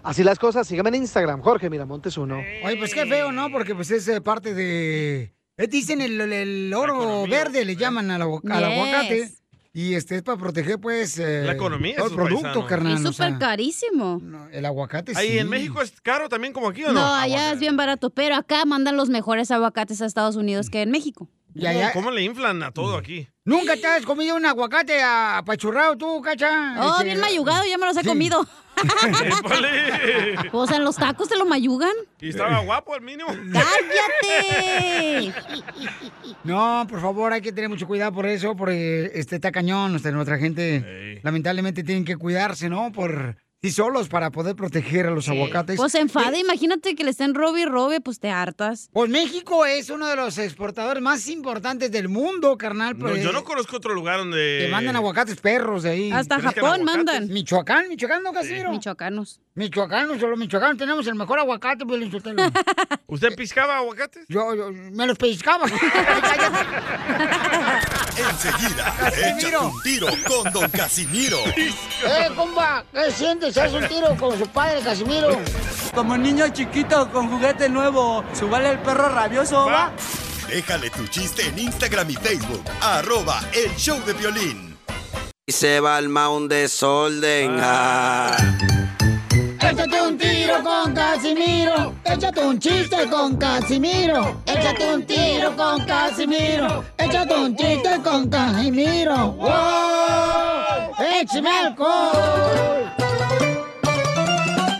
S6: Así las cosas, síganme en Instagram, Jorge Miramontes uno.
S2: Oye, pues qué feo, ¿no? Porque pues es eh, parte de... eh, Dicen el, el oro verde,
S3: ¿eh?
S2: le llaman al, agu- al
S4: Yes.
S2: aguacate. Y este es para proteger, pues... eh,
S3: La economía de
S2: Todo el
S3: sus
S2: producto,
S3: paisanos.
S2: carnal.
S4: Y
S2: o sea,
S4: súper carísimo.
S2: el aguacate
S3: Ahí
S2: sí.
S3: en México es caro también como aquí o
S4: No,
S3: no?
S4: allá es bien barato, pero acá mandan los mejores aguacates a Estados Unidos que en México.
S3: ¿Cómo, cómo le inflan a todo aquí?
S2: ¿Nunca te has comido un aguacate apachurrado tú, cacha?
S4: Oh,
S2: Este,
S4: bien mayugado, ya me los he
S2: sí.
S4: comido.
S3: ¡Épale!
S4: O sea, en los tacos te lo mayugan.
S3: Y estaba
S2: Eh.
S3: guapo al mínimo.
S4: ¡Cállate!
S2: No, por favor, hay que tener mucho cuidado por eso, porque este está cañón. o sea, nuestra gente, lamentablemente, tienen que cuidarse, ¿no? Por sí solos para poder proteger a los aguacates.
S4: Pues se enfada, imagínate que le estén robe y robe, pues te hartas.
S2: Pues México es uno de los exportadores más importantes del mundo, carnal.
S3: No,
S2: pues,
S3: yo no conozco otro lugar donde...
S2: Te mandan aguacates perros de ahí.
S3: Hasta ¿Crees que Japón eran aguacates? mandan.
S2: Michoacán, Michoacán, ¿no, Casimiro?
S4: Michoacanos.
S2: Michoacanos, solo Michoacán. Tenemos el mejor aguacate, pues, Sotelo.
S3: ¿Usted piscaba aguacates?
S2: Yo, yo, me los pellizcaba. Eh,
S5: Enseguida, échate un tiro con Don Casimiro.
S2: ¡Eh, comba! ¿Qué sientes? ¿Haz un tiro con su padre, Casimiro?
S7: Como niño chiquito con juguete nuevo, subale el perro rabioso, va.
S5: Déjale tu chiste en Instagram y Facebook. Arroba El Show de Violín.
S10: Y se va al mound desorden. ah.
S2: Échate un tiro con Casimiro. Échate un chiste con Casimiro. Échate un tiro con Casimiro. Échate un chiste con Casimiro. ¡Wow! ¡Échame alcohol!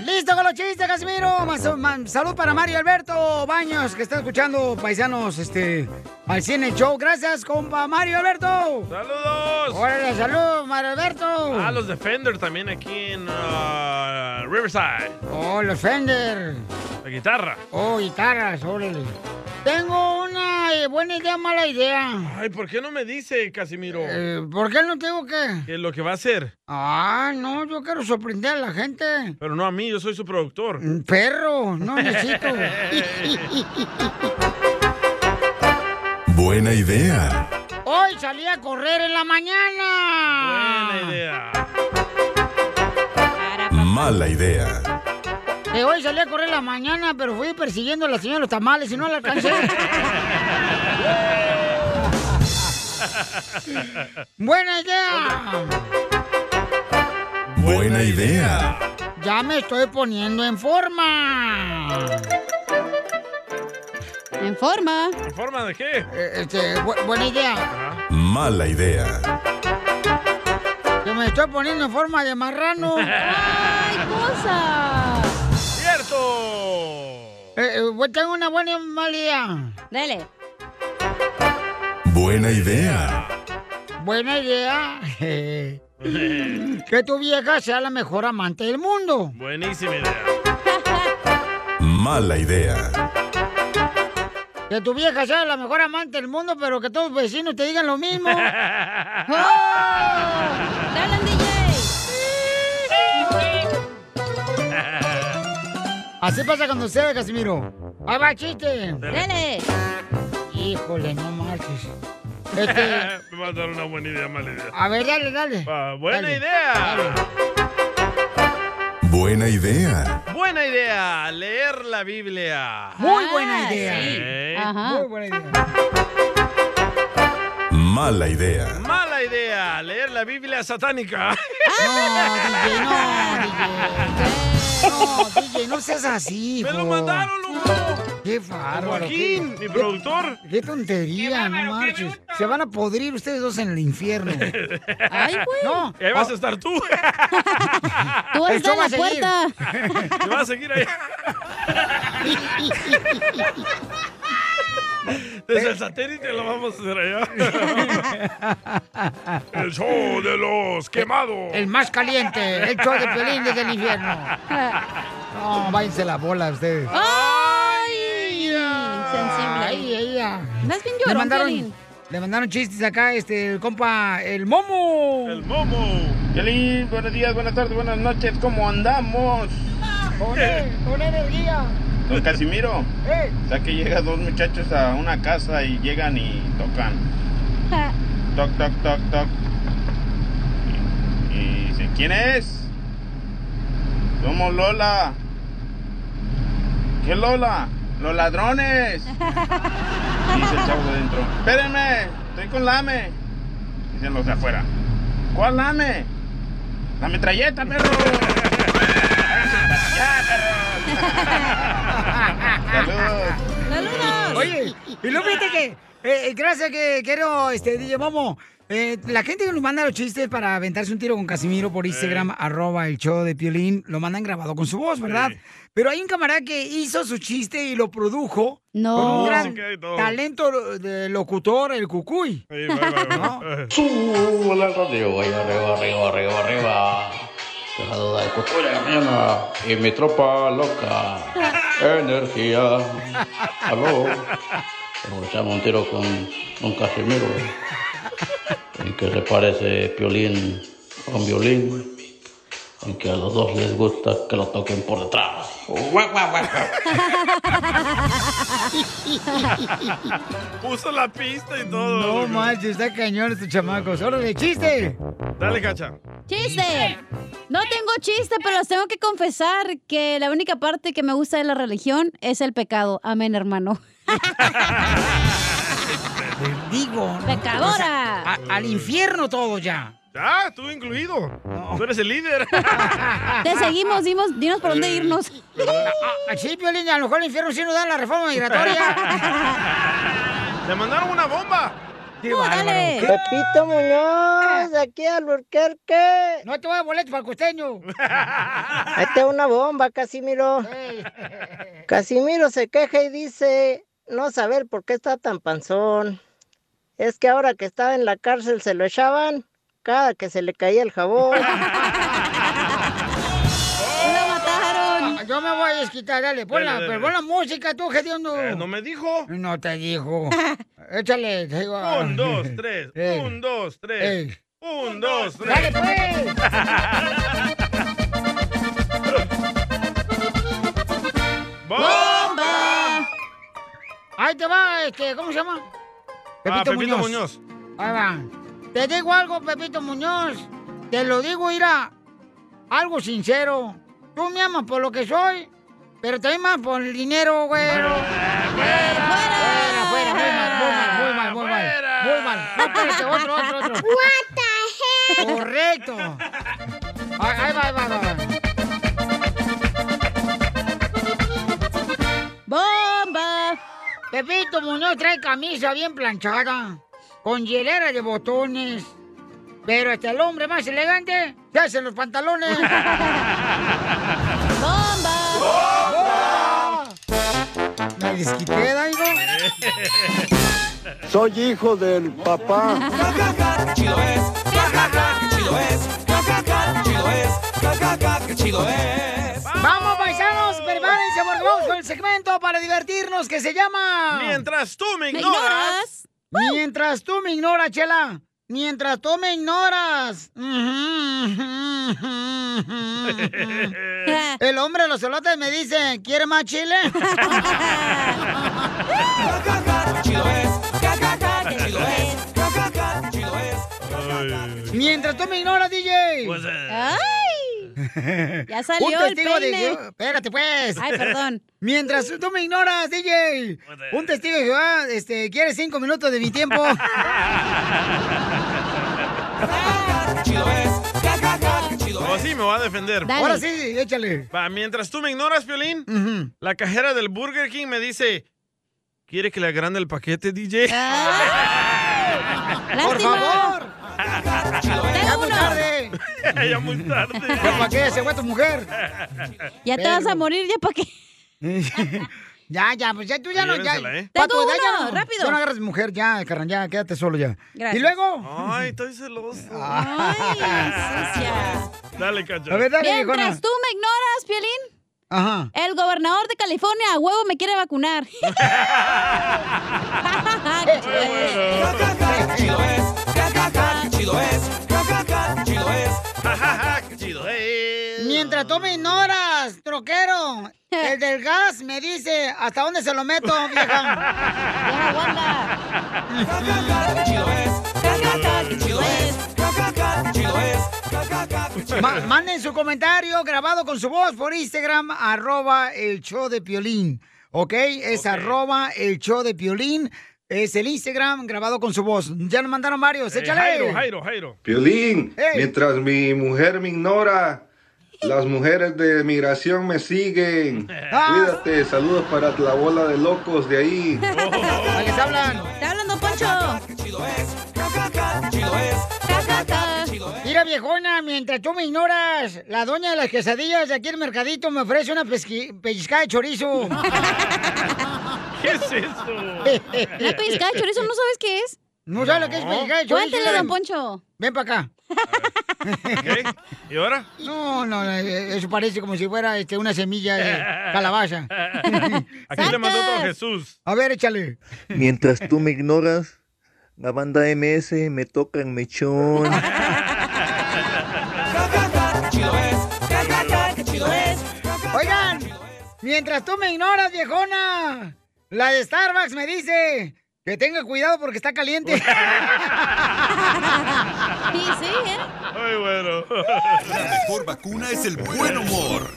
S2: ¡Listo con los chistes, Casimiro! Mas- ma- salud para Mario Alberto Baños, que está escuchando, paisanos, este, al cine show. Gracias, compa Mario Alberto.
S10: ah.
S3: ¡Saludos!
S2: Órale, salud, Mario Alberto.
S3: Ah, los Defender también aquí en ah, Riverside.
S2: Oh, los Fender.
S3: La guitarra.
S2: Oh, guitarras, órale. Tengo una eh, buena idea, mala idea.
S3: Ay, ¿por qué no me dice, Casimiro?
S2: Eh, ¿Por qué no tengo que?
S3: Que lo que va a hacer.
S2: Ah, no, yo quiero sorprender a la gente. Mm,
S3: Pero no a mí, yo soy su productor.
S2: Perro, no necesito.
S5: Buena idea.
S2: Hoy salí a correr en la mañana.
S3: Buena idea.
S5: Mala idea.
S2: Eh, hoy salí a correr en la mañana, pero fui persiguiendo a la señora de los tamales y no la alcancé. buena idea.
S5: Buena idea.
S2: Ya me estoy poniendo en forma.
S4: ¿En forma?
S3: ¿En forma de qué?
S2: Este, bu- buena idea.
S5: Mala idea.
S2: Que me estoy poniendo en forma de marrano.
S4: ¡Ay, cosa!
S3: ¡Cierto!
S2: Eh, eh, bueno, tengo una buena y mala idea.
S4: Dale.
S5: Buena idea.
S2: Buena idea. que tu vieja sea la mejor amante del mundo.
S3: Buenísima idea.
S5: Mala idea.
S2: Que tu vieja sea la mejor amante del mundo, pero que todos los vecinos te digan lo mismo. ¡Oh!
S13: ¡Dale,
S2: Así pasa cuando usted, Casimiro. Ah, ¡Ahí va, chiste! Híjole, no marches. Este,
S10: Me va a dar una buena idea, mala idea.
S2: a ver, dale, dale.
S10: Ah, buena
S2: Dale.
S10: idea.
S5: Buena idea.
S3: Buena idea, leer la Biblia.
S2: Muy buena idea.
S3: Ok.
S2: Muy buena idea.
S5: Mala idea.
S3: Mala idea, leer la Biblia satánica.
S2: No, DJ, no, DJ. No, DJ, no seas así. ¡Me lo mandaron,
S3: loco!
S2: ¡Qué bárbaro!
S3: Joaquín,
S2: qué-
S3: mi productor.
S2: ¡Qué, qué tontería, no marches! Se van a podrir ustedes dos en el infierno.
S3: Ay,
S2: güey. No. Oh.
S3: Y ahí vas a estar tú.
S2: Tú vas a estar en la
S3: puerta. Te vas a seguir ahí. Desde el satélite lo vamos a hacer allá. El show de los quemados.
S2: El más caliente, el show de Pelín desde el infierno. No, váyanse la bola ustedes.
S13: ¡Ay!
S2: Ay, ella.
S4: Andas bien
S2: Le
S4: llorón,
S2: mandaron,
S4: Piolín.
S2: le mandaron chistes acá, este, el compa, el Momo. El
S3: Momo.
S7: Piolín, buenos días, buenas tardes, buenas noches, ¿cómo andamos?
S2: Con
S5: ¿eh?
S2: él, con energía. ¡Eh!
S7: Don Casimiro, o sea que llegan dos muchachos a una casa y llegan y tocan. Toc, toc, toc, toc. Y, y dice, ¿quién es? Somos Lola. ¿Qué Lola? Los ladrones. Y dice el chavo de adentro, espérenme, estoy con Lame. Dicen los de afuera. ¿Cuál Lame? La metralleta, perro.
S2: Oye, y luego viste que, eh, gracias que quiero, este, DJ Momo, eh, la gente que nos manda los chistes para aventarse un tiro con Casimiro por Instagram, arroba el show de Piolín, lo mandan grabado con su voz, ¿verdad? Pero hay un camarada que hizo su chiste y lo produjo
S4: No.
S2: con un
S4: Con
S2: gran
S4: música y todo.
S2: talento de locutor, el Cucuy.
S9: Súbale al radio, vaya arriba, arriba, arriba, arriba. Dejado de cultura de mañana y mi tropa loca. Energía. Aló. Nos echamos un tiro con Don Casimiro. En que se parece Piolín con Violín. En que a los dos les gusta que lo toquen por detrás. Guau, guau, guau, guau.
S3: Puso la pista y todo.
S2: No
S3: loco.
S2: manches, está cañón estos chamacos. ¡Órale, chiste!
S3: Dale, cacha.
S4: ¡Chiste! No tengo chiste, pero les tengo que confesar que la única parte que me gusta de la religión es el pecado. Amén, hermano.
S2: Digo.
S4: ¡Pecadora!
S2: O sea, a- al infierno todo ya.
S3: Ya, tú incluido. Tú eres el líder.
S4: Te seguimos, dimos, dinos por dónde irnos.
S2: Ah, Sí, Piolín, a lo mejor el infierno sí nos da la reforma migratoria.
S3: Le mandaron una bomba.
S2: ¡Qué bárbaro! ¿Qué?
S18: Pepito Muñoz, aquí al Burquerque.
S2: No te voy a boleto para el costeño.
S18: Esta es una bomba, Casimiro. Casimiro se queja y dice no saber por qué está tan panzón. Es que ahora que estaba en la cárcel se lo echaban cada que se le caía el jabón.
S2: ¡Oh! ¡Lo mataron! Ah, Yo me voy a desquitar, dale. Pon la,
S3: Dale, dale.
S2: pero pon la música, tú, Gediondo.
S3: no me dijo.
S2: No te dijo. Échale. te digo.
S3: Un, dos, tres.
S2: Ey.
S3: Un, dos, tres.
S2: Ey.
S3: Un, dos, tres.
S2: ¡Dale, pues!
S3: ¡Bomba!
S2: Ahí te va, este, ¿cómo se llama?
S13: Ah, Pepito Muñoz.
S2: Ahí va. Te digo algo, Pepito Muñoz. Te lo digo, mira, algo sincero. Tú me amas por lo que soy, pero te amas por el dinero, güero. eh, ¡Fuera! ¡Fuera! ¡Fuera! Muy mal, muy mal, muy mal, muy mal. Muy mal. Espérate, otro, otro, otro. ¡What the hell! Correcto. Ahí ahí va, ahí va, ahí va. ¡Bomba! Pepito Muñoz trae camisa bien planchada, con hielera de botones. Pero hasta el hombre más elegante se hace los pantalones. ¡Bomba! Me desquité, Daigo.
S19: Soy hijo del papá.
S13: Chido es, ja, ja, ja, qué chido es, ja, ja, ja, qué chido es,
S7: ja, ja, ja, qué chido es.
S2: Vamos, paisanos, prepárense porque vamos con el segmento para divertirnos que se llama.
S3: Mientras tú me
S2: ignoras. Mientras tú me ignoras, Chela. Mientras tú me ignoras. El hombre de los celotes me dice, ¿quiere más chile? Mientras tú me ignoras, DJ.
S3: Pues, eh.
S4: ¡Ay! Ya salió
S2: Un
S4: el
S2: testigo de-
S4: peine.
S2: Espérate, pues.
S4: Ay, perdón.
S2: Mientras tú me ignoras, DJ. Un testigo de Jehová, este, ¿quieres cinco minutos de mi tiempo?
S3: Ahora Pues sí, me va a defender.
S2: Dale. ¿eh? Ahora sí, échale.
S3: Va, mientras tú me ignoras, Piolín, la cajera del Burger King me dice, ¿quiere que le agrande el paquete, DJ?
S2: Por favor. Ya muy tarde.
S3: ya muy tarde.
S2: Ya para qué, se fue tu mujer.
S4: Ya te vas a morir, ya para qué.
S2: ya, ya, pues ya tú ya no. Ya,
S4: Llévensela, ¿eh?
S2: Pa' tu
S4: Tengo
S2: edad ya
S4: uno,
S2: no-
S4: rápido.
S2: Ya no agarras mujer, ya, carnal, ya, quédate solo ya. Y luego.
S3: Ay, estoy celoso.
S4: Ay,
S3: sucia. Dale, cacho.
S2: A ver, dale, viejona.
S4: Mientras tú me ignoras, Piolín,
S2: Ajá.
S4: el gobernador de California a huevo me quiere vacunar.
S7: Chido es, ja, ja, ja, chido es, ja, ja, ja, qué chido
S3: ¿eh?
S7: es.
S2: Mientras tú me ignoras, troquero, el del gas me dice hasta dónde se lo meto, vieja. Ma- manden su comentario grabado con su voz por Instagram, arroba el show de Piolín. ¿Ok? Es arroba el show de Piolín. Es el Instagram grabado con su voz. Ya nos mandaron varios.
S3: Eh,
S2: Échale.
S3: Jairo, Jairo, Jairo.
S1: Piolín,
S2: Ey.
S1: mientras mi mujer me ignora, las mujeres de migración me siguen. Cuídate, saludos para la bola de locos de ahí.
S2: ¿A qué se hablan?
S4: Oh. Está hablando Poncho.
S2: Mira, viejona, mientras tú me ignoras, la doña de las quesadillas de aquí el mercadito me ofrece una pesqui- pellizcada de chorizo.
S3: ¿Qué es eso?
S4: La pellizcada de chorizo, ¿no pues, sabes qué es?
S2: ¿No sabes lo que es pellizcada de chorizo?
S4: Cuéntale, don Poncho.
S2: Ven para acá.
S3: ¿Y ahora?
S2: No, no, eh, eso parece como si fuera este, una semilla de calabaza.
S3: Aquí le mandó otro Jesús.
S2: A ver, échale.
S10: Mientras tú me ignoras, la banda MS me toca el mechón.
S2: Oigan, mientras tú me ignoras, viejona, la de Starbucks me dice que tenga cuidado porque está caliente.
S4: Sí, sí, ¿eh?
S3: Ay, bueno.
S5: La mejor vacuna es el buen humor.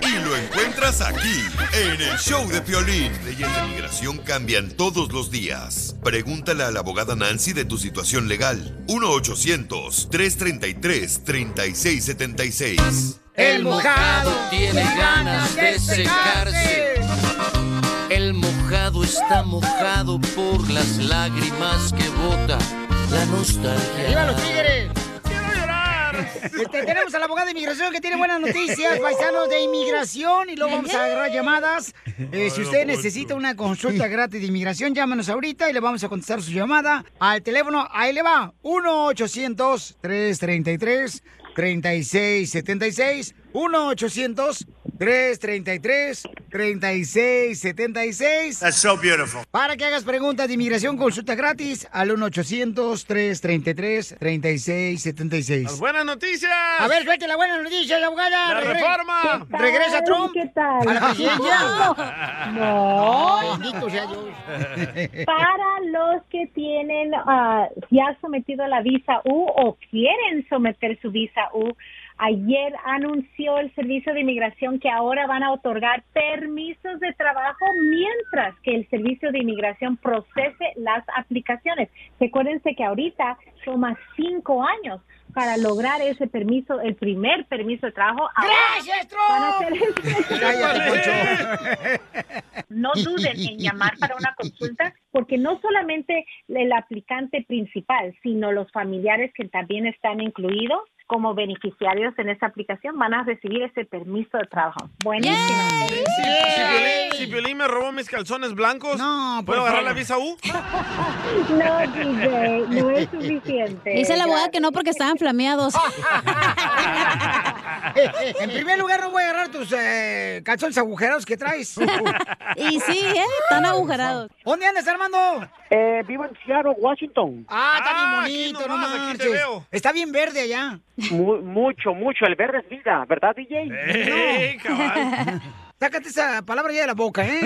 S5: Y lo encuentras aquí, en el show de Piolín. Leyes de migración cambian todos los días. Pregúntale a la abogada Nancy de tu situación legal. 1-800-333-3676.
S7: El mojado tiene ganas de secarse. El mojado está mojado por las lágrimas que bota la
S2: ¡Viva
S7: nostalgia.
S2: los tigres! Este, tenemos a la abogada de inmigración que tiene buenas noticias, paisanos de inmigración, y luego vamos a agarrar llamadas. Eh, si usted necesita una consulta gratis de inmigración, llámanos ahorita y le vamos a contestar su llamada al teléfono. Ahí le va, 1-800-333-3676. 1-800-333-3676.
S17: That's so beautiful.
S2: Para que hagas preguntas de inmigración, consulta gratis al 1-800-333-3676.
S3: Buenas noticias.
S2: A ver, suelte la buena noticia, la abogada.
S3: La
S2: Regre-
S3: reforma.
S2: ¿Qué tal? Regresa Trump.
S25: ¿Qué tal?
S2: A la presidencia.
S25: No.
S2: Bendito sea Dios.
S25: Para los que tienen ah, ya sometido la visa U o quieren someter su visa U, ayer anunció el Servicio de Inmigración que ahora van a otorgar permisos de trabajo mientras que el Servicio de Inmigración procese las aplicaciones. Recuérdense que ahorita toma cinco años para lograr ese permiso, el primer permiso de trabajo. Ahora
S2: ¡Gracias,
S25: van a hacer el- no duden en llamar para una consulta, porque no solamente el aplicante principal, sino los familiares que también están incluidos como beneficiarios en esta aplicación van a recibir ese permiso de trabajo. Buenísimo.
S3: Si, si Piolín, si Piolín me robó mis calzones blancos, ¿puedo
S25: por
S3: agarrar
S25: favor.
S3: la visa U?
S25: No, DJ, no es suficiente.
S4: Dice la abogada que no porque estaban flameados.
S2: En primer lugar, no voy a agarrar tus eh, calzones agujerados que traes.
S4: y sí, ¿eh? Están agujerados.
S2: ¿Dónde andas, Armando?
S12: Eh, vivo en Seattle, Washington.
S2: Ah, está bien bonito, no marches. Está bien verde allá.
S12: Mu- mucho, mucho. El verde es vida, ¿verdad, DJ?
S2: No. Sácate esa palabra ya de la boca, ¿eh?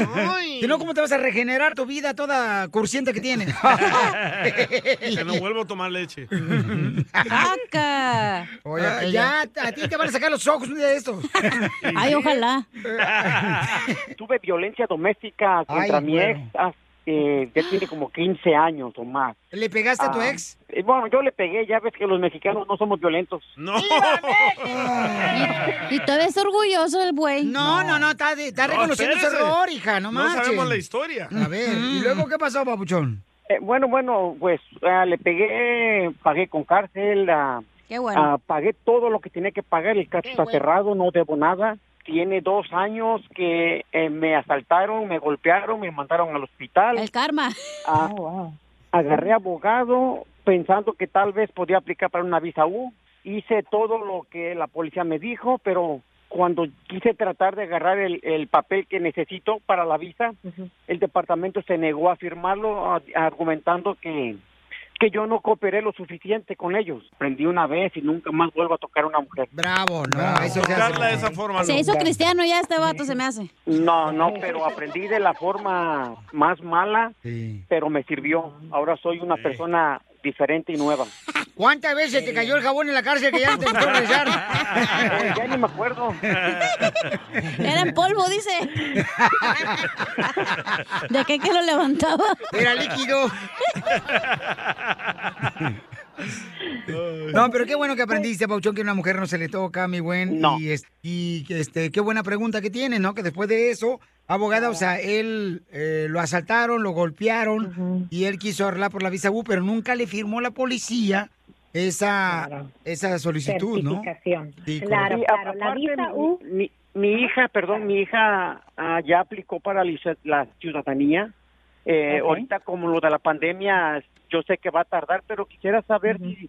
S2: Si no, ¿cómo te vas a regenerar tu vida toda cursiente que tienes?
S3: que no vuelvo a tomar leche.
S2: Ah,
S4: ¡Saca!
S2: Oye, Ah, ya, a ti te van a sacar los ojos un día de estos.
S4: Ay, ojalá.
S12: Tuve violencia doméstica contra
S2: Ay,
S12: mi
S2: bueno.
S12: ex. hace- eh, ya tiene como 15 años o más.
S2: ¿Le pegaste a
S4: Ah,
S2: tu ex?
S12: Eh, Bueno, yo le pegué, ya ves que los mexicanos no somos violentos.
S3: No.
S4: ¿Y todavía es orgulloso el güey?
S2: No, no, no, está, de- está reconociendo su
S12: espérese.
S2: error, hija, no
S12: No
S2: marches.
S12: sabemos la
S3: historia.
S2: A ver, ¿y luego qué pasó, papuchón?
S12: Eh, bueno, bueno, pues ah, le pegué, pagué con cárcel, ah,
S4: Qué
S12: ah, pagué todo lo que tenía que pagar, el caso está cerrado, no debo nada. Tiene dos años que eh, me asaltaron, me golpearon, me mandaron al hospital.
S4: El karma.
S12: Ah, agarré abogado pensando que tal vez podía aplicar para una visa U. Hice todo lo que la policía me dijo, pero cuando quise tratar de agarrar el, el papel que necesito para la visa, el departamento se negó a firmarlo a- argumentando que que yo no cooperé lo suficiente con ellos. Prendí una vez y nunca más vuelvo a tocar a una mujer.
S2: Bravo, no,
S12: eso
S3: Tocarla de esa forma.
S4: Se
S12: no.
S4: hizo cristiano ya este vato, se me hace.
S12: No, no, pero aprendí de la forma más mala, pero me sirvió. Ahora soy una persona diferente y nueva.
S2: ¿Cuántas veces te cayó el jabón en la cárcel que ya no te gustó regresar? ya
S12: ni me acuerdo.
S4: Era en polvo, dice. ¿De qué que lo levantaba?
S2: Era líquido. No, pero qué bueno que aprendiste, Pauchón, que una mujer no se le toca, mi buen.
S12: No.
S2: Y, es- y, este, qué buena pregunta que tienes, ¿no? Que después de eso, abogada, o sea, él eh, lo asaltaron, lo golpearon y él quiso arreglar por la visa U, pero nunca le firmó la policía esa, esa solicitud, ¿no?
S12: Certificación.
S2: Sí,
S12: Claro,
S2: correcto.
S12: claro. La visa U. Mi, mi hija, perdón, mi hija ah, ya aplicó para la ciu- la ciudadanía. Eh,
S23: Ok.
S12: Ahorita, como lo de la pandemia, yo sé que va a tardar, pero quisiera saber si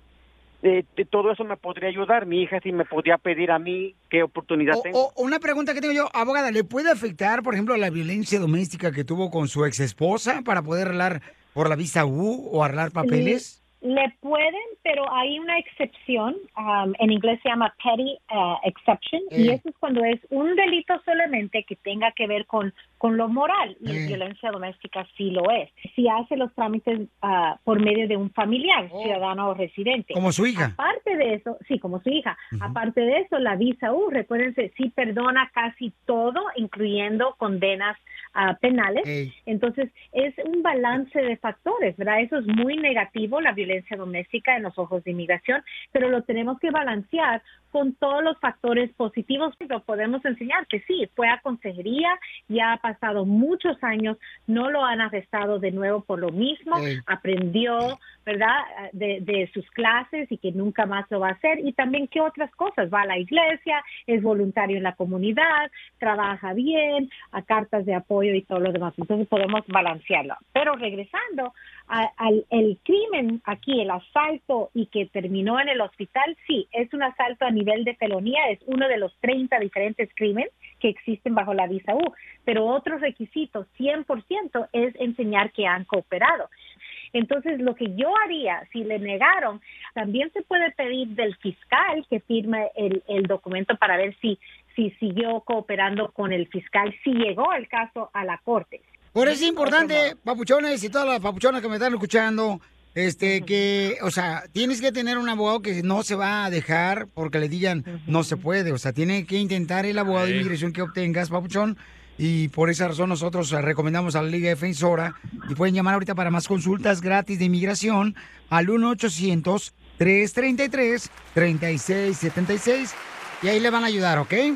S12: eh, de todo eso me podría ayudar. Mi hija, si me podría pedir a mí qué oportunidad tengo.
S2: O- o una pregunta que tengo yo, abogada, ¿le puede afectar, por ejemplo, la violencia doméstica que tuvo con su ex esposa para poder arreglar por la visa U o arreglar papeles?
S25: Le pueden, pero hay una excepción, um, en inglés se llama petty uh, exception, y
S24: Eh.
S25: eso es cuando es un delito solamente que tenga que ver con, con lo moral, y
S24: Eh.
S25: violencia doméstica sí lo es, si hace los trámites ah, por medio de un familiar, ciudadano o residente.
S2: Oh. Como su hija.
S25: Aparte de eso, sí, como su hija, aparte de eso, la visa U, recuérdense, sí perdona casi todo, incluyendo condenas ah, penales.
S2: Ey.
S25: Entonces, es un balance de factores, ¿verdad? Eso es muy negativo, la violencia doméstica en los ojos de inmigración, pero lo tenemos que balancear con todos los factores positivos. Lo podemos enseñar que sí, fue a consejería, ya ha pasado muchos años, no lo han arrestado de nuevo por lo mismo,
S24: Ey.
S25: aprendió, ¿verdad?, de, de sus clases y que nunca más lo va a hacer. Y también, ¿qué otras cosas? Va a la iglesia, es voluntario en la comunidad, trabaja bien, a cartas de apoyo y todo lo demás. Entonces podemos balancearlo. Pero regresando a- al el crimen aquí, el asalto y que terminó en el hospital, sí, es un asalto a nivel de felonía, es uno de los 30 diferentes crímenes que existen bajo la visa U. Pero otro requisito, 100%, es enseñar que han cooperado. Entonces, lo que yo haría, si le negaron, también se puede pedir del fiscal que firme el, el documento para ver si, si siguió cooperando con el fiscal, si llegó el caso a la corte.
S2: Por eso es importante, papuchones y todas las papuchonas que me están escuchando, este, que, o sea, tienes que tener un abogado que no se va a dejar porque le digan no se puede, o sea, tiene que intentar el abogado de
S13: Sí.
S2: inmigración que obtengas, papuchón, y por esa razón nosotros eh, recomendamos a la Liga Defensora y pueden llamar ahorita para más consultas gratis de inmigración al 1-800-333-3676 y ahí le van a ayudar, ¿ok?